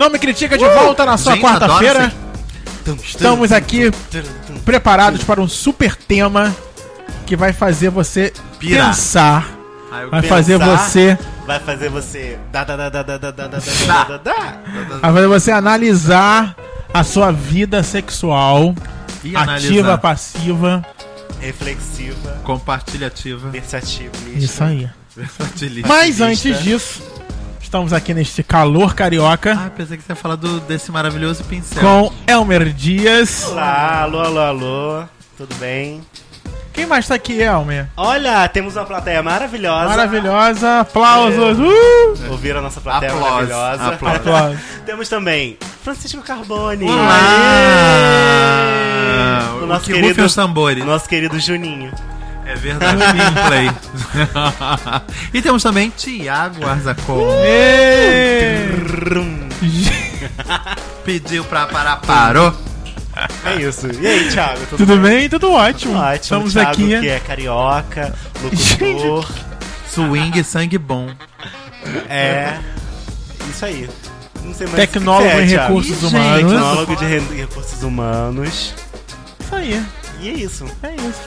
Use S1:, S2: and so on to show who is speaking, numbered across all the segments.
S1: Não me critica de volta na sua
S2: Gente, Uh! adoro
S1: quarta-feira.
S2: isso
S1: Estamos aqui preparados para um super tema que vai fazer você
S2: Pirar.
S1: pensar,
S2: Aí eu
S1: vai
S2: penso,
S1: fazer
S3: pensar.
S1: você,
S3: Vai fazer você. Dá, dá, dá, dá, dá, dá, dá, dá,
S2: Dá.
S3: dá, dá, dá.
S1: vai fazer você analisar a sua vida sexual,
S2: E
S1: ativa,
S2: analisar.
S1: passiva.
S3: Reflexiva,
S2: Compartilhativa.
S3: versativa.
S1: Isso aí.
S2: Versatilista.
S1: Mas antes disso, estamos aqui neste calor carioca
S2: Ah, pensei que você ia falar do, desse maravilhoso pincel.
S1: com Elmer Dias.
S3: Olá, alô, alô, alô. Tudo bem?
S1: Quem mais tá aqui, Elmer?
S3: Olha, temos uma plateia maravilhosa.
S1: Maravilhosa, aplausos. Uh!
S3: Ouviram a nossa plateia
S2: Aplausos,
S3: maravilhosa.
S2: aplausos.
S1: Aplausos.
S3: Temos também Francisco Carboni.
S2: Olá!
S3: O
S2: Ah! O
S3: nosso
S2: que
S3: querido-
S2: rufem os tambores.
S3: O Nosso querido Juninho.
S2: É verdade, gameplay. e temos também Tiago Arzacol.
S1: Ê!
S3: Brum.
S2: Pediu pra parar, parou.
S3: É isso. E aí, Thiago? Tudo
S1: Tudo bem? Tudo ótimo.
S3: ótimo?
S1: Estamos
S3: Thiago,
S1: aqui.
S3: que é carioca, locutor.
S2: Swing, sangue bom.
S3: É. Isso aí. Não sei mais
S1: Tecnólogo
S3: o que que é,
S1: em
S3: Thiago.
S1: recursos
S2: Ih, gente,
S1: humanos.
S3: Tecnólogo de re- recursos humanos.
S1: Isso aí,
S3: E é isso.
S1: é isso.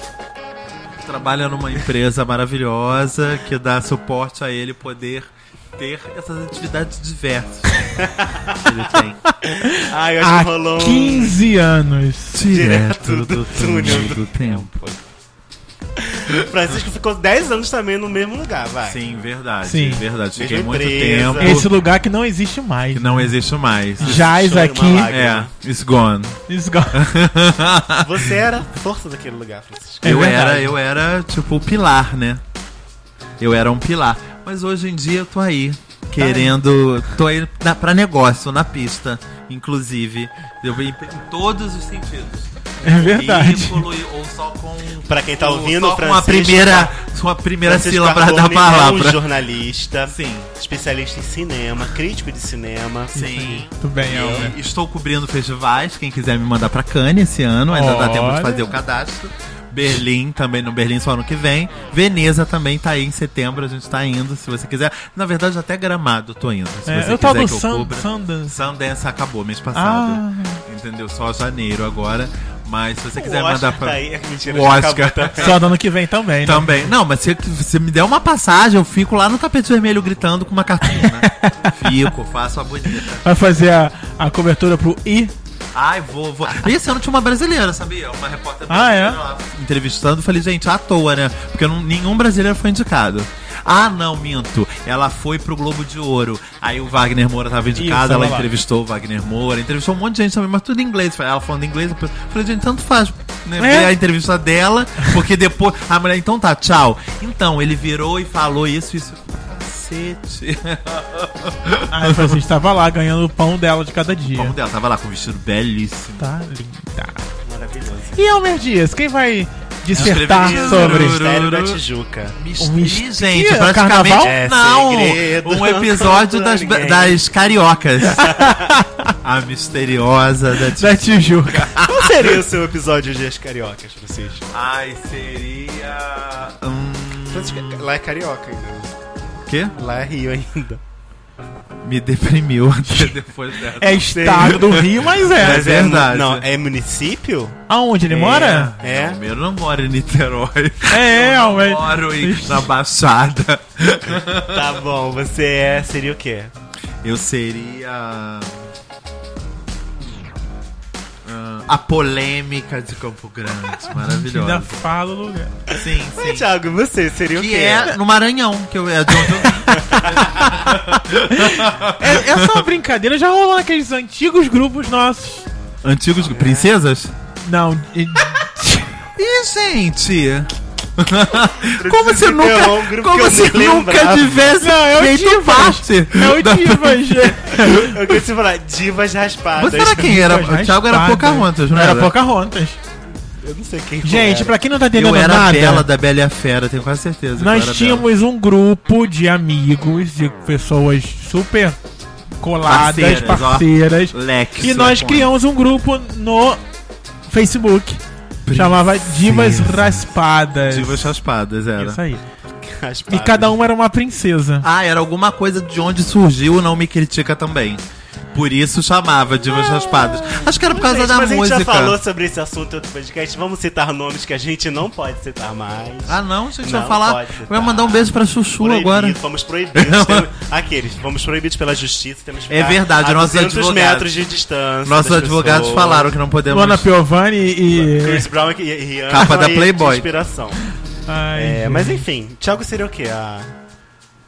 S2: Trabalha numa empresa maravilhosa que dá suporte a ele poder ter essas atividades diversas. que ele tem.
S3: Ai, eu acho
S1: Há
S3: que rolou um.
S1: 15 anos.
S3: Direto do túnel
S2: do tempo.
S3: Francisco ficou 10 anos também no mesmo lugar, vai.
S2: Sim, verdade.
S1: Sim.
S2: Verdade. Fiquei
S3: Mesma
S2: muito
S3: empresa.
S2: tempo.
S1: Esse lugar que não existe
S2: Que
S1: mais.
S2: não existe mais.
S1: Jaz
S3: Chora uma
S1: aqui.
S3: lágrima.
S2: É, it's gone.
S1: Esgo-
S3: Você era força daquele lugar, Francisco.
S1: É
S2: eu
S1: verdade.
S2: era, eu era tipo o pilar, né? Eu era um pilar. Mas hoje em dia eu tô aí, querendo. Tô aí na, pra negócio, na pista, inclusive. Eu vim em todos os sentidos.
S1: É verdade.
S2: Vínculo e- ou só com.
S3: Pra quem tá
S2: ou
S3: ouvindo,
S2: só com a
S3: Francisco-
S2: primeira, com a primeira
S3: Francisco
S2: sílaba da
S3: Carboni É um
S2: palavra.
S3: jornalista,
S2: Sim,
S3: especialista em cinema, crítico de cinema.
S2: sim.
S1: Tudo bem,
S3: né?
S1: Elmer.
S2: E Estou cobrindo festivais, quem quiser me mandar pra Cannes esse ano, ainda dá tempo de
S1: Olha.
S2: fazer o cadastro. Berlim também, no Berlim só ano que vem. Veneza também tá aí em setembro, a gente tá indo, se você quiser. Na verdade, até Gramado eu tô indo, se
S1: É,
S2: você
S1: eu
S2: quiser
S1: tava no
S2: que eu
S1: Sun,
S2: cubra.
S1: Sundance.
S2: Sundance acabou mês passado, entendeu? Só janeiro agora, mas se você quiser
S3: Ah. o
S2: mandar
S3: Oscar
S2: pra...
S3: tá aí. Mentira,
S2: O
S3: já
S2: Oscar.
S3: acabou Tá também.
S1: Só no ano que vem também, né?
S2: Também. Não, mas se você me der uma passagem, eu fico lá no tapete vermelho gritando com uma cartolina. fico, faço a bonita.
S1: Vai fazer a, a cobertura pro I.
S2: Ai, vou, vou. E esse ano tinha uma brasileira, sabia? Uma repórter
S1: Ah, é?
S2: brasileira lá entrevistando. Falei, gente, à toa, né? Porque não- nenhum brasileiro foi indicado. Ah, não, minto. Ela foi pro Globo de Ouro. Aí o Wagner Moura tava
S1: Isso, é
S2: indicado, ela
S1: ela lá.
S2: entrevistou o Wagner Moura, entrevistou um monte de gente também, mas tudo em inglês. Ela falando inglês, eu falei, gente, tanto faz né,
S1: É?
S2: ver a entrevista dela, porque depois. A mulher, então tá, tchau. Então, ele virou e falou isso, isso. Cacete.
S1: Aí você estava lá ganhando o pão dela de cada dia.
S2: Como dela, tava lá com um vestido belíssimo.
S1: Tá linda.
S3: Maravilhoso.
S1: E Elmer Dias, quem vai dissertar
S2: Escrevi-
S1: sobre
S2: Tururu.
S3: Mistério da Tijuca.
S2: Mistério,
S1: mistério?
S2: gente,
S1: Um É
S2: praticamente
S1: carnaval?
S3: É
S2: não.
S3: segredo,
S2: um episódio
S3: não
S2: das,
S3: conta a ninguém.
S2: das cariocas. a misteriosa da tia.
S1: da Tijuca?
S3: Qual seria o seu episódio de As Cariocas, Francisco?
S2: Ai, seria. Hum,
S3: Francisco, lá é carioca ainda.
S2: quê?
S3: Lá é Rio ainda.
S2: Me deprimiu até depois dessa.
S1: É estado do Rio, mas é.
S2: Mas é- verdade.
S3: Não, é município?
S1: Aonde ele mora?
S3: É.
S2: Não, eu não moro em Niterói.
S1: É,
S2: eu
S1: Elmer.
S2: moro em, na Baixada.
S3: Tá bom, você é. Seria o quê?
S2: Eu seria. ah, a polêmica de Campo Grande.
S1: Ainda
S2: Maravilhosa.
S1: fala o lugar.
S2: Sim,
S3: Oi,
S2: sim.
S3: Thiago, você seria o
S2: Que
S3: quê?
S2: é no Maranhão, que eu, é de onde eu vim.
S1: É, essa brincadeira já rolou naqueles antigos grupos nossos.
S2: Antigos princesas?
S1: Não, e-
S2: Ih, gente! como se
S3: dizer,
S2: nunca,
S3: é um grupo
S2: como
S3: que eu
S2: se
S3: não
S2: nunca
S3: lembrava.
S2: tivesse
S1: Não, é o
S2: feito
S1: Divas.
S2: parte.
S1: é o é.
S2: da-
S1: Divas.
S3: Eu queria te falar, divas raspadas.
S2: Você era quem? Era, o Thiago era Pocahontas, não
S1: né? Era
S2: era?
S1: Pocahontas.
S3: Eu não sei quem
S1: Gente, pra quem não tá
S2: Eu
S1: entendendo
S2: era a
S1: nada,
S2: Bela da Bela e a Fera, tenho quase certeza. que eu era
S1: nós
S2: a
S1: tínhamos um grupo de amigos, de pessoas super coladas,
S2: Parceiras, ó.
S1: parceiras.
S2: Bela. Lex.
S1: E nós criamos um grupo no Facebook. Chamava Divas Raspadas.
S2: Divas Raspadas, era.
S1: Isso aí.
S3: raspada.
S1: E
S2: um
S1: cada uma era uma princesa.
S2: Ah, era alguma coisa de onde surgiu o Não Me Critica também. Por isso chamava Divas Raspadas. Acho que era por causa
S3: Gente,
S2: da
S3: mas
S2: música.
S3: a gente já falou sobre esse assunto em outro podcast. Vamos citar nomes que a gente não pode citar mais.
S2: Ah, não, gente,
S3: Não
S2: vai falar.
S3: pode citar.
S2: Vai mandar um beijo pra Chuchu
S3: Proibido,
S2: agora.
S3: Fomos proibidos. Temos- aqueles, fomos proibidos pela justiça. Temos que
S2: É
S3: ficar
S2: verdade,
S3: a
S2: nossos
S3: 200
S2: advogados-
S3: metros de distância.
S2: Nossos
S3: das
S2: advogados
S3: pessoas.
S2: falaram que não podemos.
S1: Luana Piovani e.
S3: Chris Brown e, e e-
S2: Capa da
S3: e
S2: Playboy.
S3: de Inspiração.
S1: Ai,
S3: É,
S1: gente.
S3: mas enfim, Thiago seria o quê? A,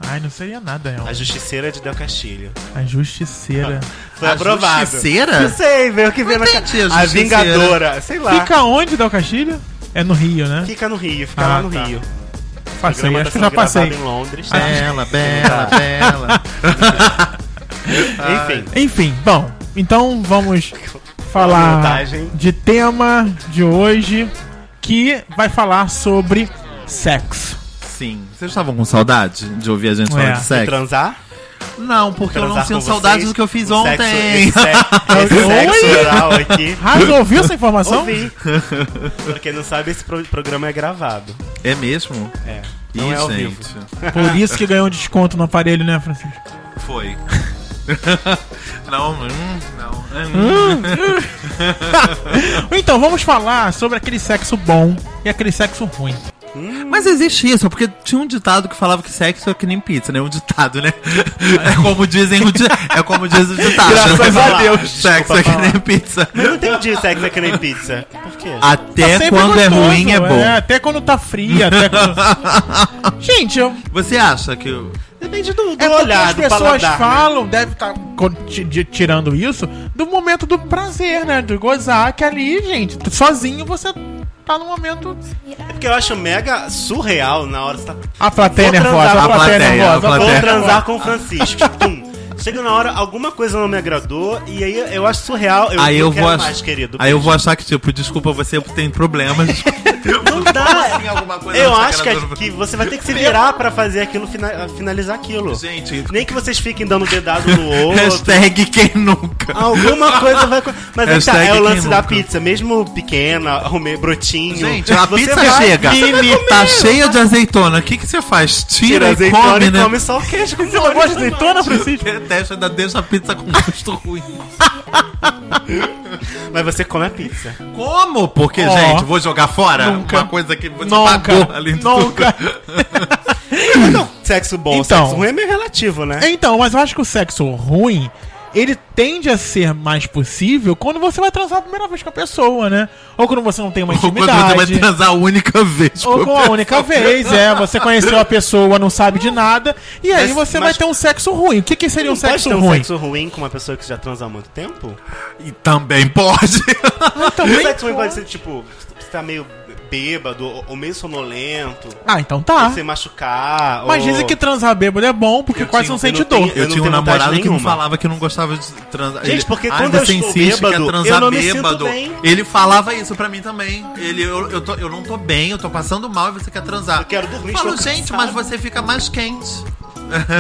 S1: Ai, não seria nada,
S3: a
S1: realmente.
S3: justiceira de Del Castilho.
S1: A justiceira.
S3: Foi
S2: A
S3: aprovado.
S2: justiceira?
S3: Não sei, veio o que veio na ca-
S2: entendi a
S3: A
S2: justiceira.
S3: Vingadora, sei lá. Fica,
S1: Fica onde, Del Castilho? É no Rio, né?
S3: no Rio, fica
S1: Ah,
S3: lá no
S1: tá.
S3: Rio.
S1: Passei,
S3: Programa
S1: acho
S3: tá
S1: que eu
S3: sendo
S1: já passei.
S3: gravado em Londres. né?
S2: Bela, bela, bela.
S1: Ah,
S3: Enfim,
S1: Enfim, bom, então vamos falar
S3: Montagem.
S1: de tema de hoje que vai falar sobre sexo.
S2: Sim. Vocês estavam com saudade de ouvir a gente
S1: É.
S2: falando de sexo?
S3: transar?
S2: Não, porque eu não
S3: transar
S2: sinto
S3: com
S2: saudade
S3: vocês,
S2: do que eu fiz
S3: o sexo- é
S2: ontem.
S3: Esse, se- esse sexo
S1: Oi?
S3: oral aqui.
S1: Raso, ouviu essa informação?
S3: Ouvi. Pra quem não sabe, esse pro- programa é gravado.
S2: É mesmo?
S3: É.
S2: Ih,
S3: Não é ao
S2: gente.
S3: vivo.
S1: Por isso que ganhou um desconto no aparelho, né, Francisco?
S2: Foi. não, hum, não. hum.
S1: Então, vamos falar sobre aquele sexo bom e aquele sexo ruim.
S2: Mas existe isso, porque tinha um ditado que falava que sexo é que nem pizza, né? Um ditado, né? É como dizem o di... é como diz o ditado.
S3: Graças
S2: né?
S3: a Deus.
S2: Sexo
S3: Desculpa
S2: é que
S3: falar.
S2: nem pizza.
S3: Eu não entendi sexo é que nem pizza. Por quê?
S2: Até
S1: Tá sempre
S2: quando é
S1: gostoso,
S2: ruim é bom.
S1: até quando tá fria, até quando... Gente, eu,
S2: Você acha que o-
S3: Depende do, do
S1: é porque
S3: olhar,
S1: as
S3: do
S1: pessoas
S3: paladar. né?
S1: falam, deve tá estar tirando isso, do momento do prazer, né? Do gozar, que ali, gente, tu sozinho você tá no momento...
S3: É porque eu acho mega surreal na hora que você tá
S1: A plateia
S3: Vou
S1: nervosa, a
S3: transar
S2: com a
S1: plateia
S2: plateia,
S1: nervosa.
S2: a
S1: a
S2: plateia.
S3: Vou
S2: Até.
S3: transar com o Francisco. Pum. Chega na hora, alguma coisa não me agradou, e aí eu acho surreal. Eu
S2: aí
S3: não
S2: eu
S3: quero
S2: vou ach-
S3: mais, querido.
S2: Aí eu vou achar que tipo, desculpa, você tem problemas.
S3: Não dá.
S2: alguma coisa
S3: Eu
S2: não tá
S3: acho que,
S2: agradando.
S3: que você vai ter que se virar pra fazer aquilo, fina- finalizar aquilo.
S2: Gente,
S3: Nem que vocês fiquem dando dedado um no outro.
S2: hashtag quem nunca.
S3: Ah, Alguma coisa vai. co- Mas aí tá,
S2: Hashtag
S3: é o
S2: quem
S3: lance da
S2: nunca.
S3: pizza, mesmo pequena, o me- brotinho.
S2: Gente, Tipo, a
S3: você
S2: pizza
S3: vai-
S2: chega, tá cheia de azeitona. O que que você faz?
S3: Tira
S2: Tira, e
S3: azeitona
S2: come,
S3: e
S2: né?
S3: come só o queijo com
S1: Você não gosta de azeitona, Francisco?
S2: Detesta, ainda deixa a pizza com gosto ruim.
S3: Mas você come a pizza.
S2: Como? Porque,
S1: Ó,
S2: gente, vou jogar fora
S1: nunca.
S2: uma coisa que você pagou,
S1: Nunca,
S2: além de
S1: nunca.
S2: tudo.
S3: Então, sexo bom,
S1: Então.
S3: sexo ruim é meio relativo, né?
S1: Então, mas eu acho que o sexo ruim, ele tende a ser mais possível quando você vai transar a primeira vez com a pessoa, né? Ou quando você não tem uma
S2: Ou quando você vai
S1: intimidade.
S2: transar a única vez.
S1: Ou com
S2: a
S1: a única vez, é. Você conheceu a pessoa, não sabe de nada, e aí
S3: Mas-
S1: você
S3: mas-
S1: vai ter um sexo ruim. O que, que seria um
S3: Não pode
S1: sexo
S3: ter um
S1: ruim?
S3: sexo ruim com uma pessoa que já transa há muito tempo?
S2: E também pode.
S1: Então,
S3: O
S1: bem
S3: sexo ruim
S1: fora.
S3: pode ser tipo, você tá meio bêbado ou ou meio sonolento,
S1: Ah, então tá.
S3: você machucar.
S1: Mas
S3: ou-
S1: dizem que transar bêbado é bom porque quase
S2: tinha-
S1: não sente
S3: eu não
S1: dor.
S3: tenho-
S2: Eu,
S3: Eu não
S2: tinha um
S3: tenho vontade
S2: namorado que não
S3: nenhuma.
S2: falava que não gostava de transar.
S3: Gente, porque quando eu
S2: você
S3: estou
S2: insiste
S3: bêbado,
S2: que é transar
S3: eu não me sinto
S2: bêbado.
S3: bem.
S2: Ele falava isso pra mim também. Ele, eu, eu, tô- eu não tô bem, eu tô passando mal e você quer transar.
S3: Eu quero dormir,
S2: Eu falo,
S3: estou
S2: gente, mas
S3: cansado."
S2: você fica mais quente.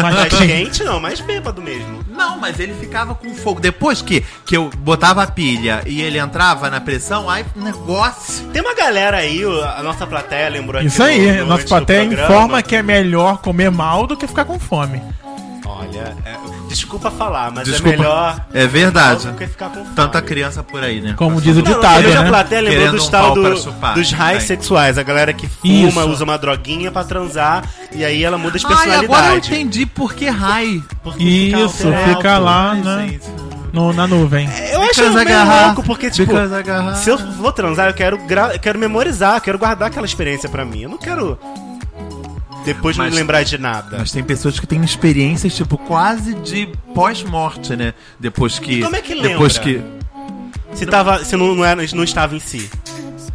S3: Mais
S1: Mas,
S3: quente não, mais bêbado mesmo.
S2: Não, mas ele ficava com fogo. Depois que, que eu botava a pilha e ele entrava na pressão, ai, negócio.
S3: Tem uma galera aí, o- a nossa plateia lembrou
S1: Isso
S3: aqui.
S1: aí,
S3: no- no
S1: nosso
S3: antes do
S1: plateia
S3: programa.
S1: informa que é melhor comer mal do que ficar com fome.
S3: Olha, é- desculpa falar, mas
S2: Desculpa.
S3: é melhor.
S2: É verdade.
S3: do que ficar com fome.
S2: Tanta criança por aí, né?
S1: Como diz o
S3: Não,
S1: ditado,
S3: hoje a
S1: né?
S3: plateia lembrou
S2: Querendo
S3: dos
S2: um
S3: tal
S2: pau
S3: do-
S2: pra chupar. É.
S3: dos raios
S2: Bem.
S3: sexuais, a galera que fuma,
S1: Isso.
S3: usa uma droguinha pra transar e aí ela muda as
S2: Ai, agora eu
S3: personalidades.
S2: entendi por que raio.
S3: Porque fica
S1: Isso,
S3: alterado. É
S1: fica lá na, no- na nuvem.
S3: Eu acho
S2: Because I
S3: meio
S2: got
S3: louco,
S2: her.
S3: porque, tipo,
S2: Because I got her.
S3: se eu vou transar, eu quero, gra- eu quero memorizar, eu quero guardar aquela experiência pra mim. Eu não quero depois
S2: Mas-
S3: me lembrar de nada.
S2: Mas tem pessoas que têm experiências, tipo, quase de pós-morte, né? Depois que.
S3: Como é que lembra?
S2: Depois que.
S3: Se, tava, se não, não, era, não estava em si.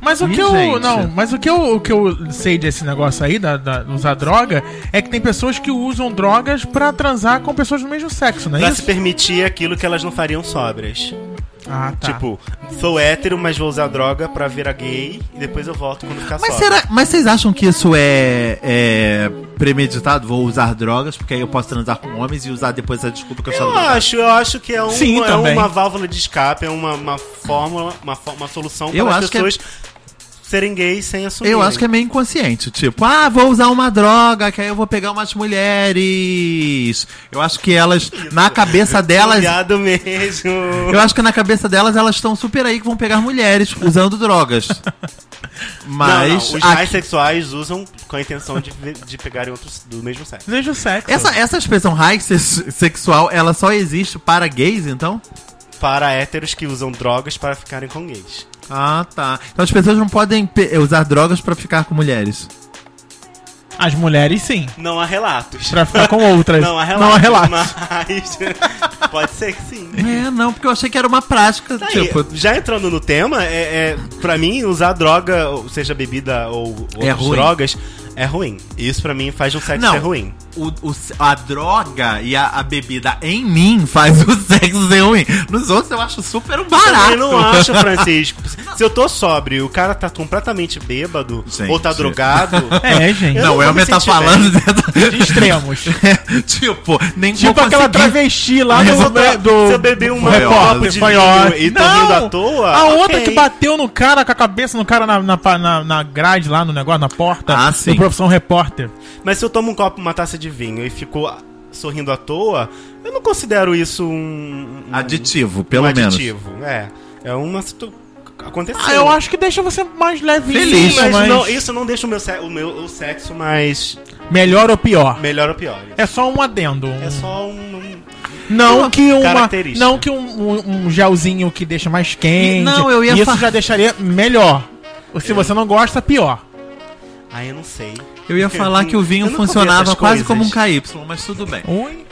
S1: Mas o
S2: Ih,
S1: que eu.
S2: gente.
S1: Não, mas o que eu, o que eu sei desse negócio aí, da, da- usar droga, é que tem pessoas que usam drogas pra transar com pessoas do mesmo sexo, não é
S3: pra
S1: isso?
S3: se permitir aquilo que elas não fariam sóbrias.
S1: Ah, tá.
S3: Tipo, sou hétero, mas vou usar droga pra virar gay e depois eu volto quando ficar
S2: Mas
S3: sóbrio.
S2: será. Mas vocês acham que isso é, é premeditado? Vou usar drogas, porque aí eu posso transar com homens e usar depois a desculpa que eu
S3: Eu
S2: estava
S3: acho, eu acho que é, um,
S1: Sim,
S3: é
S1: também.
S3: uma válvula de escape, é uma, uma fórmula, uma, fó- uma solução para
S2: Eu
S3: as
S2: acho que é-
S3: pessoas serem gays sem assumir.
S2: Eu acho que é meio inconsciente, tipo, ah, vou usar uma droga, que aí eu vou pegar umas mulheres. Eu acho que elas, na cabeça delas,
S3: Obrigado mesmo.
S2: eu acho que na cabeça delas, elas estão super aí que vão pegar mulheres usando drogas.
S3: Não,
S2: Mas
S3: não, os
S2: a-
S3: mais sexuais usam com a intenção de, de pegarem outros do mesmo sexo.
S1: Desejo sexo.
S2: essa, essa expressão high se- sexual, ela só existe para gays, então?
S3: Para héteros que usam drogas para ficarem com gays.
S2: Ah, tá. Então as pessoas não podem pe- usar drogas pra ficar com mulheres.
S1: As mulheres, sim.
S3: Não há relatos.
S1: Pra ficar com outras.
S3: Não há relatos.
S1: Não há relatos.
S3: Mas pode ser que sim.
S2: É, não, porque eu achei que era uma prática,
S3: Tá aí,
S2: tipo,
S3: já entrando no tema, é, é, pra mim, usar droga, ou seja bebida ou outras
S2: É ruim.
S3: drogas, é ruim. Isso pra mim faz um sexo
S2: Não.
S3: ser ruim.
S2: o- o- a droga e a, a bebida em mim faz o sexo ser ruim. Nos outros eu acho super um barato.
S3: Eu não acho, Francisco. Se eu tô sóbrio e o cara tá completamente bêbado,
S2: Gente.
S3: ou tá drogado,
S1: É, gente.
S3: Eu
S2: Não,
S3: não
S2: é
S3: vou
S2: o
S3: me
S2: tá
S3: sentir
S2: falando.
S1: De extremos.
S2: É, tipo, nem
S1: tipo
S2: vou
S1: aquela
S2: conseguir-
S1: travesti lá
S2: Mas
S1: do,
S2: eu
S1: do,
S3: tô-
S1: do.
S3: se eu beber uma
S2: copa
S1: repórter,
S3: de
S1: foi
S3: vinho
S1: ótimo.
S3: e tô rindo à toa,
S1: A outra
S3: ok.
S1: que bateu no cara com a cabeça no cara na, na, pa- na, na grade lá no negócio, na porta.
S2: Ah,
S1: do
S2: sim.
S1: Profissão Repórter.
S3: mas se eu tomo um copo, uma taça de vinho e fico ah, sorrindo à toa, eu não considero isso um. um
S2: Aditivo, pelo
S3: um
S2: menos.
S3: aditivo. É. É uma. situ- Aconteceu.
S1: Ah, eu acho que deixa você mais levinho.
S2: Feliz.
S3: Sim, mas não- isso não deixa o meu, se- o meu o sexo mais
S1: Melhor ou pior?
S3: melhor ou pior.
S1: É só um adendo. um-
S3: É só um. um-
S1: Não que uma,
S3: característica.
S1: não que um, um, um gelzinho que deixa mais quente.
S2: E- não, eu ia
S1: Isso
S2: fa-
S1: já deixaria melhor. Ou Se você não gosta, pior.
S3: Ah, eu não sei.
S2: Eu ia falar que o vinho
S3: Eu nunca vi
S2: funcionava
S3: essas
S2: quase
S3: coisas.
S2: como um KY, mas tudo bem.
S1: Ui.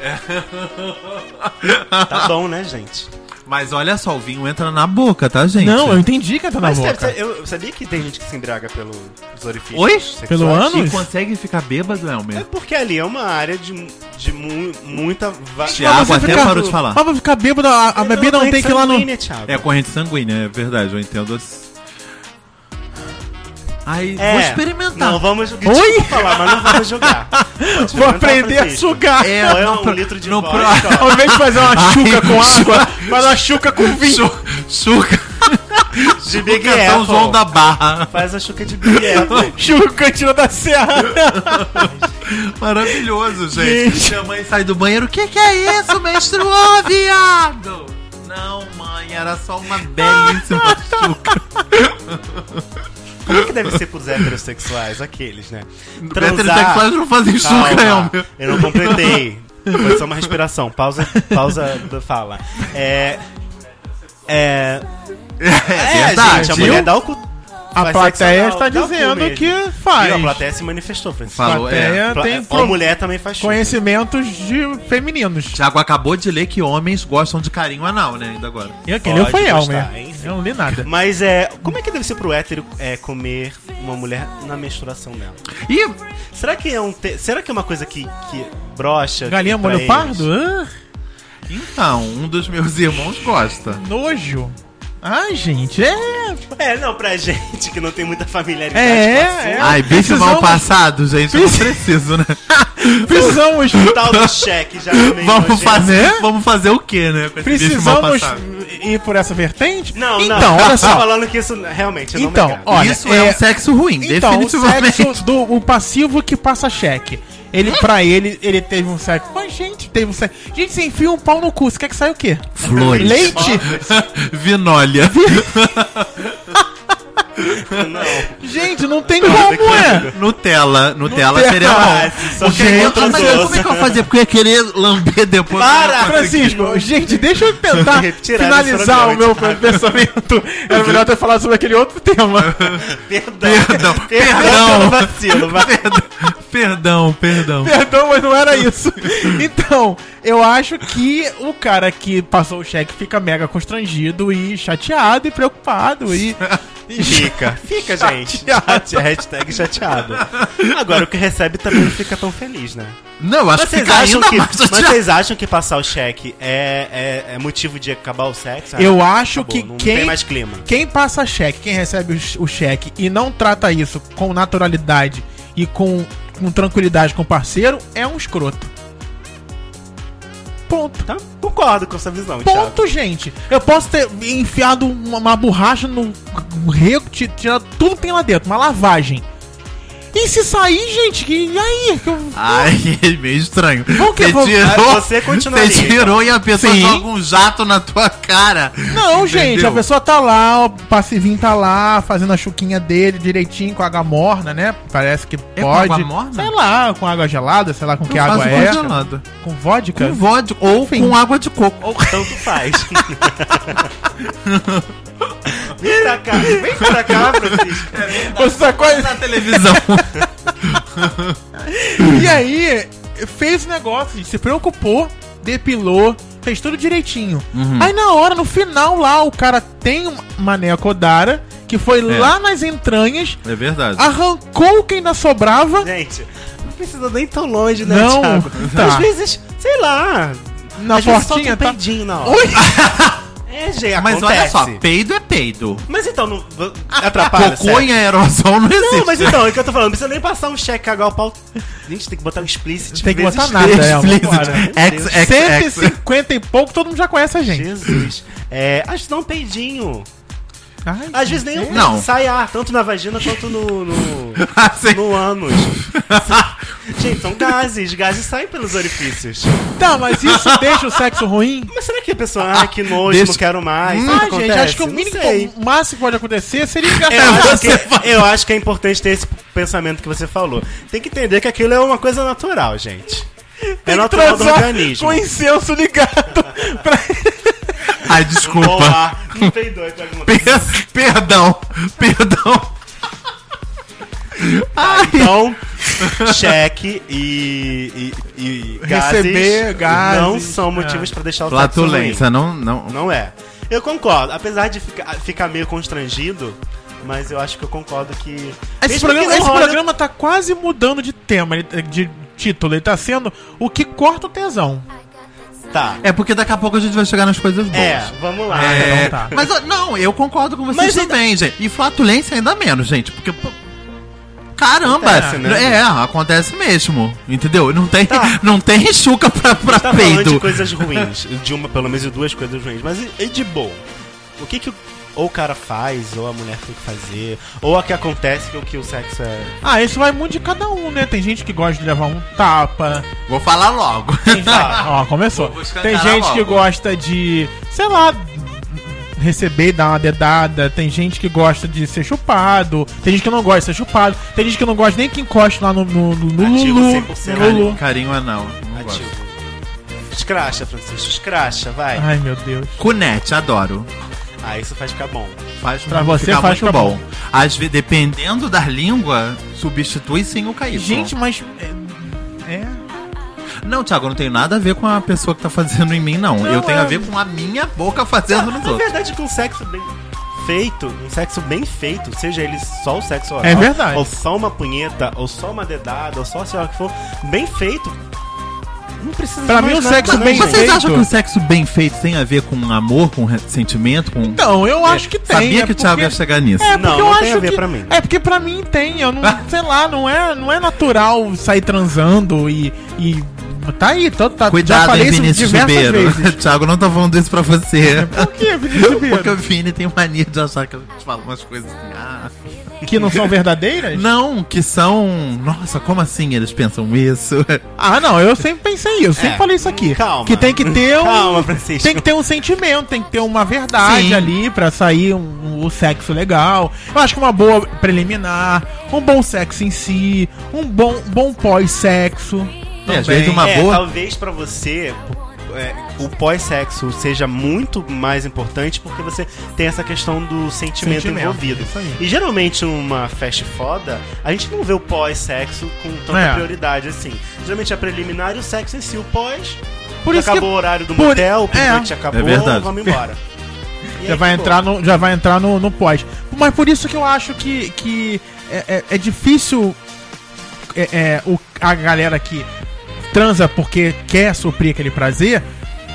S3: Tá bom, né, gente?
S2: Mas olha só, o vinho entra na boca, tá, gente?
S1: Não, eu entendi que tá na
S3: Mas
S1: boca.
S3: você- eu eu sabia que tem gente que se embriaga pelos orifícios.
S2: Oi?
S3: sexuais?
S1: Pelo ano?
S2: E consegue ficar bêbado,
S3: É
S2: Elmer?
S3: porque ali é uma área de, de mu- muita. Va...
S2: Thiago
S1: você
S2: até
S1: fica-
S2: parou de falar.
S1: Mas pra ficar bêbado, a, a bebida não tem que ir lá no.
S3: sanguínea, Thiago.
S2: É a corrente sanguínea, é verdade, eu entendo. as- Aí,
S3: É,
S2: vou experimentar.
S3: Não vamos jogar.
S1: Oi?
S3: Desculpa falar, mas não vamos jogar.
S1: Vou
S3: tá
S1: aprender a sugar.
S2: É,
S3: É,
S2: não,
S3: um
S2: pro-
S3: litro de
S2: no
S3: vodka,
S2: pro-
S3: ó.
S1: Ao invés de fazer uma chuca com água, faz uma chuca com vinho.
S2: Chu- Chuca.
S3: De Big
S2: Chuca São
S3: Apple.
S2: João da Barra.
S3: Faz a chuca de Big Apple.
S1: Chuca cantina da serra.
S2: Maravilhoso, gente. Minha mãe sai do banheiro. O que, que é isso? Menstruou, viado! Não, mãe, era só uma belíssima chuca.
S3: Como é que deve ser pros heterossexuais? Aqueles, né?
S2: Heterossexuais não fazem chuca, é
S3: Calma,
S2: Elmer.
S3: eu não completei. Foi só uma respiração. Pausa, pausa da fala. É. É. É,
S2: verdade,
S3: gente, a
S2: viu?
S3: mulher dá o cu.
S1: A
S3: faz
S1: plateia
S3: sexo
S1: está
S3: anal, dá um o cu
S1: dizendo
S3: mesmo.
S1: que
S3: Viu?
S1: faz.
S3: A plateia se manifestou, Francisco.
S2: Falou, é.
S1: plateia
S3: Pla-
S1: tem
S3: A
S1: pro-
S3: mulher também faz chuva.
S1: conhecimentos de femininos.
S2: Tiago acabou de ler que homens gostam de carinho anal, né? Ainda agora.
S1: Eu, quem leu
S3: Pode
S1: foi
S3: gostar,
S1: Elmer.
S3: enfim.
S1: Eu não li nada.
S3: Mas é. Como é que deve ser pro hétero é, comer uma mulher na menstruação dela?
S2: Ih,
S3: Será que é um. te- Será que é uma coisa que, que brocha?
S1: Galinha
S3: pra
S1: molho
S3: eles?
S1: pardo? Ah,
S2: então, um dos meus irmãos gosta.
S1: nojo. Ai, gente, é.
S3: É, não, pra gente que não tem muita familiaridade
S1: É,
S3: com o assunto.
S1: é.
S2: Ai, bicho
S1: Precisamos-
S2: mal passado, gente. Eu não preciso, né?
S1: Precisamos.
S3: Tal do cheque já também.
S2: Vamos
S3: nojento.
S2: fazer, vamos fazer o quê, né? Com esse bicho mal
S1: Precisamos
S2: passado.
S1: ir por essa vertente?
S3: Não,
S1: então,
S3: não.
S1: olha
S3: Tô
S1: só.
S3: falando que isso realmente não
S1: Então,
S3: me agrada.
S1: ó, Olha,
S2: Isso é,
S1: é-
S2: um sexo ruim,
S1: Então, o
S2: definitivamente.
S1: sexo do o passivo que passa cheque. Ele, pra ele, ele teve um sexo. Mas, gente, teve um sexo. Gente, você enfia um pau no cu, você quer que saia o quê?
S2: Flores.
S1: Leite?
S2: Vinólia.
S3: Não.
S1: Gente, não tem como, é.
S2: Nutella. Nutella
S1: Nutella.
S2: seria
S3: Ah,
S2: bom.
S3: se só
S2: Porque
S3: tem
S2: eu,
S3: outras
S2: mas eu- como é que eu
S3: duas.
S2: vou fazer? Porque eu ia querer lamber depois.
S3: Para,
S2: eu não consegui.
S1: Francisco, gente, deixa eu tentar
S3: Retirar
S1: finalizar o
S3: esse
S1: meu
S3: programa.
S1: pensamento. Era melhor ter falado sobre aquele outro tema.
S3: Perdão.
S2: Perdão,
S3: Perdão pelo
S2: perdão.
S3: vacilo, vai.
S2: Perdão, perdão.
S1: Perdão, mas não era isso. Então, eu acho que o cara que passou o cheque fica mega constrangido e chateado e preocupado e. e-
S3: Fica, fica, gente.
S1: Chateado.
S3: Chate- Hashtag chateado. Agora o que recebe também não fica tão feliz, né?
S2: Não, eu acho que
S3: Vocês
S2: fica
S3: acham
S2: ainda
S3: que,
S2: mais
S3: mas
S2: chateado.
S3: vocês acham que passar o cheque é, é, é motivo de acabar o sexo? Ah,
S1: Eu acho
S2: Tá
S3: acabou,
S1: que
S3: não
S1: quem,
S3: tem mais clima.
S1: quem passa cheque, quem recebe o che- o cheque e não trata isso com naturalidade e com, com tranquilidade com o parceiro é um escroto. Ponto.
S3: Tá bom. concordo com essa visão, Thiago.
S1: Ponto, gente. Eu posso ter enfiado uma, uma borracha no rego, ti- tirado tudo que tem lá dentro, uma lavagem. E se sair, gente, que, e aí? Que eu-
S2: Ai, é meio estranho.
S1: Vamos que
S2: Você
S1: vamos.
S2: tirou,
S3: Ah, você continua
S2: você
S3: ali,
S2: tirou e a pessoa
S1: Sim.
S2: joga um jato na tua cara.
S1: Não, gente,
S2: Entendeu?
S1: a pessoa tá lá, o passivinho tá lá, fazendo a chuquinha dele direitinho, com água morna, né? Parece que
S2: É com
S1: pode.
S2: água morna?
S1: Sei lá, com água gelada, sei lá com que
S2: Eu
S1: água
S2: faço
S1: é.
S2: congelado.
S1: Com vodka?
S2: Com vodka ou
S1: Enfim.
S2: com água de coco.
S3: Ou tanto faz. vem pra cá, vem pra cá, Francisco.
S1: Você sacou?
S2: Na televisão.
S1: E aí, fez o negócio, gente, se preocupou, depilou, fez tudo direitinho.
S3: Uhum.
S1: Aí na hora, no final lá, o cara tem uma maneco Odara, que foi
S3: É.
S1: lá nas entranhas,
S2: É verdade.
S1: arrancou o que ainda sobrava.
S3: Gente, não precisa nem tão longe, né,
S1: Não,
S3: Thiago?
S1: tá.
S3: Às vezes, sei lá.
S1: Na
S3: às vezes solta
S1: portinha,
S3: um
S1: tá?
S3: peidinho na hora.
S1: Oi!
S3: É, gente,
S2: Mas olha
S3: acontece.
S2: só, peido é peido.
S3: Mas então, não, v- atrapalha,
S2: Cocô
S3: sério.
S2: em aerosol não existe.
S3: Não, mas então, é o que eu tô falando, não precisa nem passar um cheque, cagar o pau. Gente, tem que botar um explicit.
S1: Tem que
S3: vezes
S1: botar
S3: três.
S1: nada, é,
S2: Explicit.
S1: vambora.
S2: X, X, X.
S1: 150 e pouco, todo mundo já conhece a gente.
S3: Jesus. É, às vezes dá um peidinho.
S1: Ai,
S3: Às vezes nem um-
S2: Não.
S3: sai ar, tanto na vagina quanto no, no,
S2: Assim,
S3: no ânus. Gente, são gases, gases saem pelos orifícios.
S1: Tá, mas isso deixa o sexo ruim?
S3: Mas será que a pessoa, ah, que nojo,
S2: Deixa-
S3: não quero mais?
S1: Ai,
S3: sabe o que
S1: gente,
S3: acontece?
S1: acho que o
S3: Não
S1: mínimo,
S3: sei.
S1: o máximo que pode acontecer seria
S3: Eu
S1: engraçado.
S3: acho, que, eu acho que é importante ter esse pensamento que você falou. Tem que entender que aquilo é uma coisa natural, gente. É natural do organismo.
S1: com incenso ligado. pra-
S2: ai,
S3: Ou
S2: desculpa.
S3: ar. Não tem dois, pega uma.
S2: Per- perdão, perdão. Ai,
S3: Então, cheque e, e, e gases,
S1: Receber gases, É.
S3: não são motivos pra deixar o sexo ruim.
S2: flatulência, não, não.
S3: Não é. Eu concordo, apesar de ficar, ficar meio constrangido, mas eu acho que eu concordo que.
S1: Esse,
S3: Mesmo
S1: programa,
S3: que não
S1: esse
S3: rola-
S2: né?
S1: programa tá quase mudando de tema, ele- de título. Ele tá sendo o que corta o tesão.
S3: Tá.
S2: É porque daqui a pouco a gente vai chegar nas coisas boas.
S3: É, vamos lá.
S2: É,
S1: então tá.
S2: Mas ó, não, eu concordo com vocês
S3: Mas ainda-
S2: também, gente. E flatulência ainda menos, gente. Porque. pô, Caramba!
S3: Acontece, né?
S2: É, acontece mesmo. Entendeu? Não tem,
S3: Tá.
S2: não tem rechuca pra, pra
S3: tá falando de
S2: peido.
S3: coisas ruins, de uma, pelo menos de duas coisas ruins, mas e, e de bom? O que que o- ou o cara faz, ou a mulher tem que fazer, ou a que acontece que o que o sexo é.
S1: Ah, isso vai muito de cada um, né? Tem gente que gosta de levar um tapa. Ah,
S2: Vou falar logo.
S1: Ó, começou.
S2: Vou buscar
S1: Tem
S2: cara
S1: gente que
S2: logo.
S1: gosta de, sei lá, receber e dar uma dedada. Tem gente que gosta de ser chupado. Tem gente que não gosta de ser chupado. Tem gente que não gosta nem que encoste lá no, no, no, no
S3: Ativo
S1: Lulu.
S3: 100%
S1: No Lulu.
S2: Carinho anal. Não gosto.
S3: Ativo. Escracha, Francisco, escracha, vai.
S1: Ai, meu Deus.
S2: Cunete, adoro.
S3: Ah, isso faz ficar bom.
S2: Faz
S1: Pra
S2: muito-
S1: você,
S2: fica
S1: faz ficar
S2: muito bom. Às vezes, dependendo da língua, substitui sim o caído.
S1: Gente, mas. É. é.
S2: Não, Thiago, eu não tenho nada a ver com a pessoa que tá fazendo em mim, não.
S1: Não,
S2: eu tenho
S1: é-
S2: a ver com a minha boca fazendo nos
S3: Na
S2: outros.
S3: verdade, com um sexo bem feito, um sexo bem feito, seja ele só o sexo oral,
S1: É verdade.
S3: ou só uma punheta, ou só uma dedada, ou só sei lá o que for, bem feito. Não precisa
S1: Pra
S3: de mais
S1: mim, o
S3: nada,
S1: sexo
S3: não,
S1: bem
S3: gente.
S2: Vocês acham
S1: feito.
S2: que o sexo bem feito tem a ver com um amor, com re- sentimento, com...
S1: Então, eu acho que tem.
S2: Sabia
S1: é
S2: que o Thiago ia
S1: porque-
S2: chegar nisso.
S1: É, porque
S3: Não,
S1: eu
S3: não
S1: acho
S3: tem a ver
S1: que,
S3: pra mim.
S1: É porque pra mim tem, eu não, sei lá, não é, não é natural sair transando e, e tá aí, tô, tá, já
S2: Cuidado,
S1: falei
S2: hein,
S1: isso
S2: Vinícius
S1: diversas
S2: Ribeiro.
S1: vezes.
S2: Thiago, não tô falando isso pra você.
S1: Por que, Vinícius Ribeiro?
S2: Porque o Vini tem mania de achar que a gente fala umas coisas assim, ah...
S1: Que não são verdadeiras?
S2: Não, que são... Nossa, como assim eles pensam isso?
S1: Ah, não, eu sempre pensei isso, sempre
S3: É.
S1: falei isso aqui.
S3: Calma.
S1: Que tem que ter um.
S3: Calma, Francisco.
S1: Tem que ter um sentimento, tem que ter uma verdade
S2: Sim.
S1: ali pra sair um, um- o sexo legal. Eu acho que uma boa preliminar, um bom sexo em si, um bom, bom pós-sexo.
S2: É,
S1: também.
S2: às vezes uma
S3: É,
S2: boa...
S3: talvez pra você é, o pós-sexo seja muito mais importante porque você tem essa questão do sentimento,
S1: Sentimento,
S3: envolvido.
S1: isso aí.
S3: E geralmente numa festa foda, a gente não vê o pós-sexo com tanta
S1: É.
S3: prioridade assim. Geralmente é preliminar e o sexo em si, o pós.
S1: Por isso que-
S3: acabou o horário do
S1: por-
S3: motel, o
S1: é.
S3: picante acabou,
S2: É verdade.
S3: vamos embora. E
S1: Já
S3: aí
S1: vai,
S3: ficou.
S1: entrar no, já vai entrar no, no pós. Mas por isso que eu acho que, que é, é- é difícil é, é, o- a galera que transa porque quer suprir aquele prazer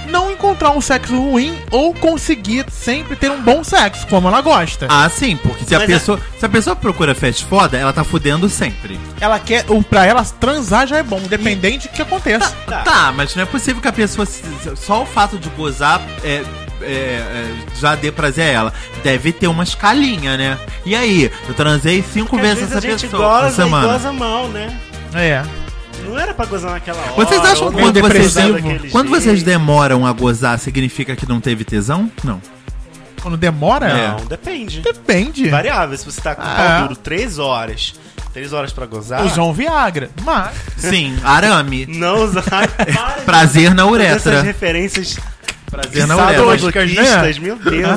S1: não encontrar um sexo ruim ou conseguir sempre ter um bom sexo, como ela gosta.
S2: Ah, sim, porque se a,
S3: Mas é-
S2: pessoa, se a pessoa procura fest foda, ela tá fudendo sempre.
S1: Ela quer, ou pra ela, transar já é bom, independente do que aconteça.
S3: Tá.
S2: Tá. mas não é possível que a pessoa. se- Só o fato de gozar é, é, é, já dê prazer a ela. Deve ter uma escalinha, né? E aí? Eu transei cinco
S3: Porque às
S2: vezes
S3: vezes
S2: essa
S3: a gente
S2: pessoa na
S3: goza e
S2: semana.
S3: goza mal, né?
S2: Tá.
S1: É.
S3: Não era pra gozar naquela hora.
S2: Vocês acham
S3: ou
S2: que
S1: meio
S2: quando vocês,
S1: depressivo.
S3: daquele
S2: quando
S3: jeito.
S2: vocês demoram a gozar, significa que não teve tesão? Não.
S1: Quando demora,
S2: É.
S3: Não, depende.
S1: depende.
S3: Variável. Se você tá com o
S1: Ah.
S3: pau duro três horas, três horas pra gozar,
S1: Usar um Viagra. Mas.
S2: Sim, arame.
S3: não usar. Para de
S2: Prazer na
S3: fazer Essas
S2: uretra.
S3: referências
S2: Prazer na
S1: Sábado,
S2: uretra.
S3: sadomasoquistas, meu Deus.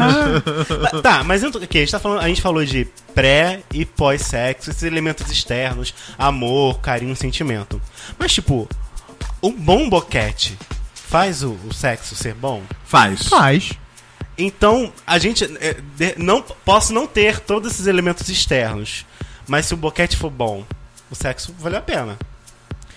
S3: Mas, Tá, mas eu tô- ok, a gente, tá falando, a gente falou de pré e pós-sexo, esses elementos externos, amor, carinho, sentimento. Mas, tipo, um bom boquete faz o- o sexo ser bom?
S2: Faz.
S1: Faz.
S3: Então, a gente. é, de- não Posso não ter todos esses elementos externos. Mas se o boquete for bom, o sexo valeu a pena.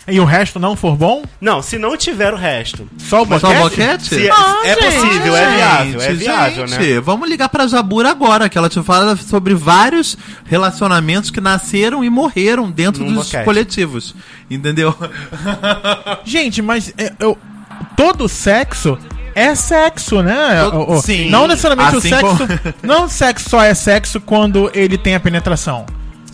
S1: E o resto não for bom?
S3: Não, se não tiver o resto.
S1: Só o
S2: Mas
S1: boquete?
S2: só o boquete?
S3: Se é,
S1: Ah,
S3: é
S1: gente,
S3: possível, é viável, é viável, né?
S2: gente, Vamos ligar pra Jabura agora, que ela te fala sobre vários relacionamentos que nasceram e morreram dentro
S3: Num
S2: dos
S3: boquete.
S2: coletivos. Entendeu?
S1: Gente, mas é, eu, todo sexo é sexo, né?
S2: Todo-
S1: O- o-
S2: sim.
S1: Não necessariamente
S2: Assim
S1: o sexo.
S2: como-
S1: Não o sexo só é sexo quando ele tem a penetração.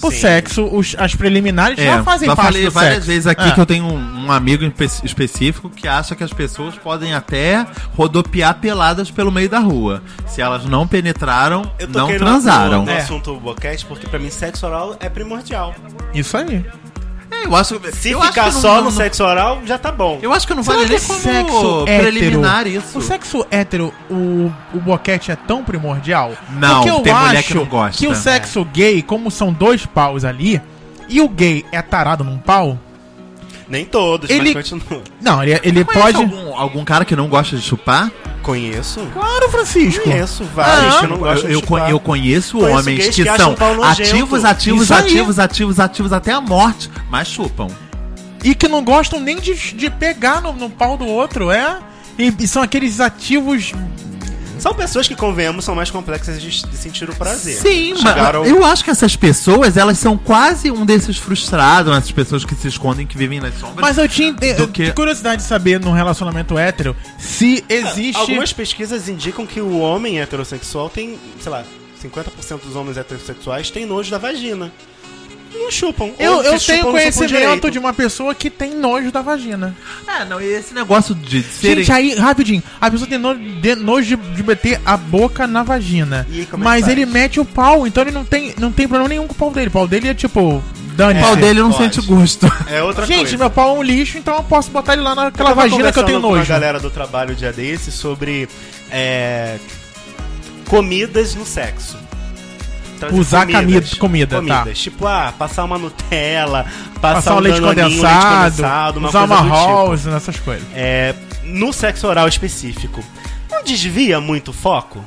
S1: O
S3: Sim.
S1: sexo, os- as preliminares já fazem
S2: É, já
S1: parte
S2: falei
S1: do
S2: várias
S1: sexo.
S2: vezes aqui
S1: É.
S2: que eu tenho um, um amigo em pe- específico que acha que as pessoas podem até rodopiar peladas pelo meio da rua. Se elas não penetraram,
S3: Eu tô
S2: não
S3: querendo
S2: transaram.
S3: No, no
S1: É.
S3: assunto boquete, porque pra mim sexo oral é primordial.
S1: Isso aí.
S2: É, eu acho,
S3: né? Se
S2: eu
S3: ficar
S2: acho que
S3: só
S2: não-
S3: no
S2: não-
S3: sexo oral, já tá bom.
S2: Eu acho que não
S1: Será
S2: vale
S1: que
S2: nem
S1: é
S2: como
S1: sexo
S2: preliminar
S1: hétero,
S2: isso.
S1: O sexo hétero, o, o boquete é tão primordial?
S2: Não,
S1: Porque eu
S2: tem
S1: acho
S2: mulher que não gosta.
S1: que o sexo gay, como são dois paus ali, e o gay é tarado num pau,
S3: Nem todos,
S1: Ele-
S3: mas continua.
S1: não, ele, é- ele
S2: Conhece
S1: pode...
S2: Algum, algum cara que não gosta de chupar?
S3: Conheço.
S1: Claro, Francisco.
S3: Conheço vários
S1: Ah,
S3: que não gostam
S2: eu,
S3: de
S2: con-
S3: chupar.
S2: eu conheço
S3: Conheço
S2: homens
S3: gays
S2: que,
S3: que acham
S2: são
S3: pau nojento.
S2: ativos, ativos,
S1: Isso aí.
S2: ativos, ativos, ativos até a morte, mas chupam.
S1: e que não gostam nem de, de pegar no, no pau do outro, é? E, e são aqueles ativos.
S3: São pessoas que, convenhamos, são mais complexas de, de sentir o prazer.
S2: Sim,
S3: Chegaram-
S2: mas eu acho que essas pessoas, elas são quase um desses frustrados, essas pessoas que se escondem, que vivem nas sombras.
S1: Mas eu tinha eu
S2: que-
S1: tinha curiosidade de saber num relacionamento hétero se existe.
S3: Ah, Algumas pesquisas indicam que o homem heterossexual tem, sei lá, 50% dos homens heterossexuais tem nojo da vagina. Não chupam.
S1: Eu,
S3: Ou se
S1: eu tenho
S3: chupam, não chupam direito.
S1: conhecimento de uma pessoa que tem nojo da vagina.
S2: É, não, e esse negócio de serem...
S1: Gente, aí, rapidinho, a pessoa tem nojo, de, nojo de, de meter a boca na vagina.
S3: E aí, como é que
S1: mas
S3: faz?
S1: ele mete o pau, então ele não tem, não tem problema nenhum com o pau dele. O pau dele é tipo. Dane
S2: o É, pau dele não
S3: pode.
S2: sente gosto.
S3: É outra
S1: Gente,
S3: coisa.
S1: meu pau é um lixo, então eu posso botar ele lá naquela
S3: tava
S1: vagina que eu tenho
S3: Então tá conversando com
S1: nojo.
S3: a galera do trabalho um dia desse sobre é, comidas no sexo. Trazer
S1: Usar cami- comida, tá.
S3: Tipo, ah, passar uma Nutella, passar,
S1: Passar um leite
S3: Danoninho, um leite
S1: condensado,
S3: condensado, uma
S1: usar
S3: coisa
S1: uma
S3: do tipo.
S1: house, nessas coisas.
S3: é, no sexo oral específico, não desvia muito o foco?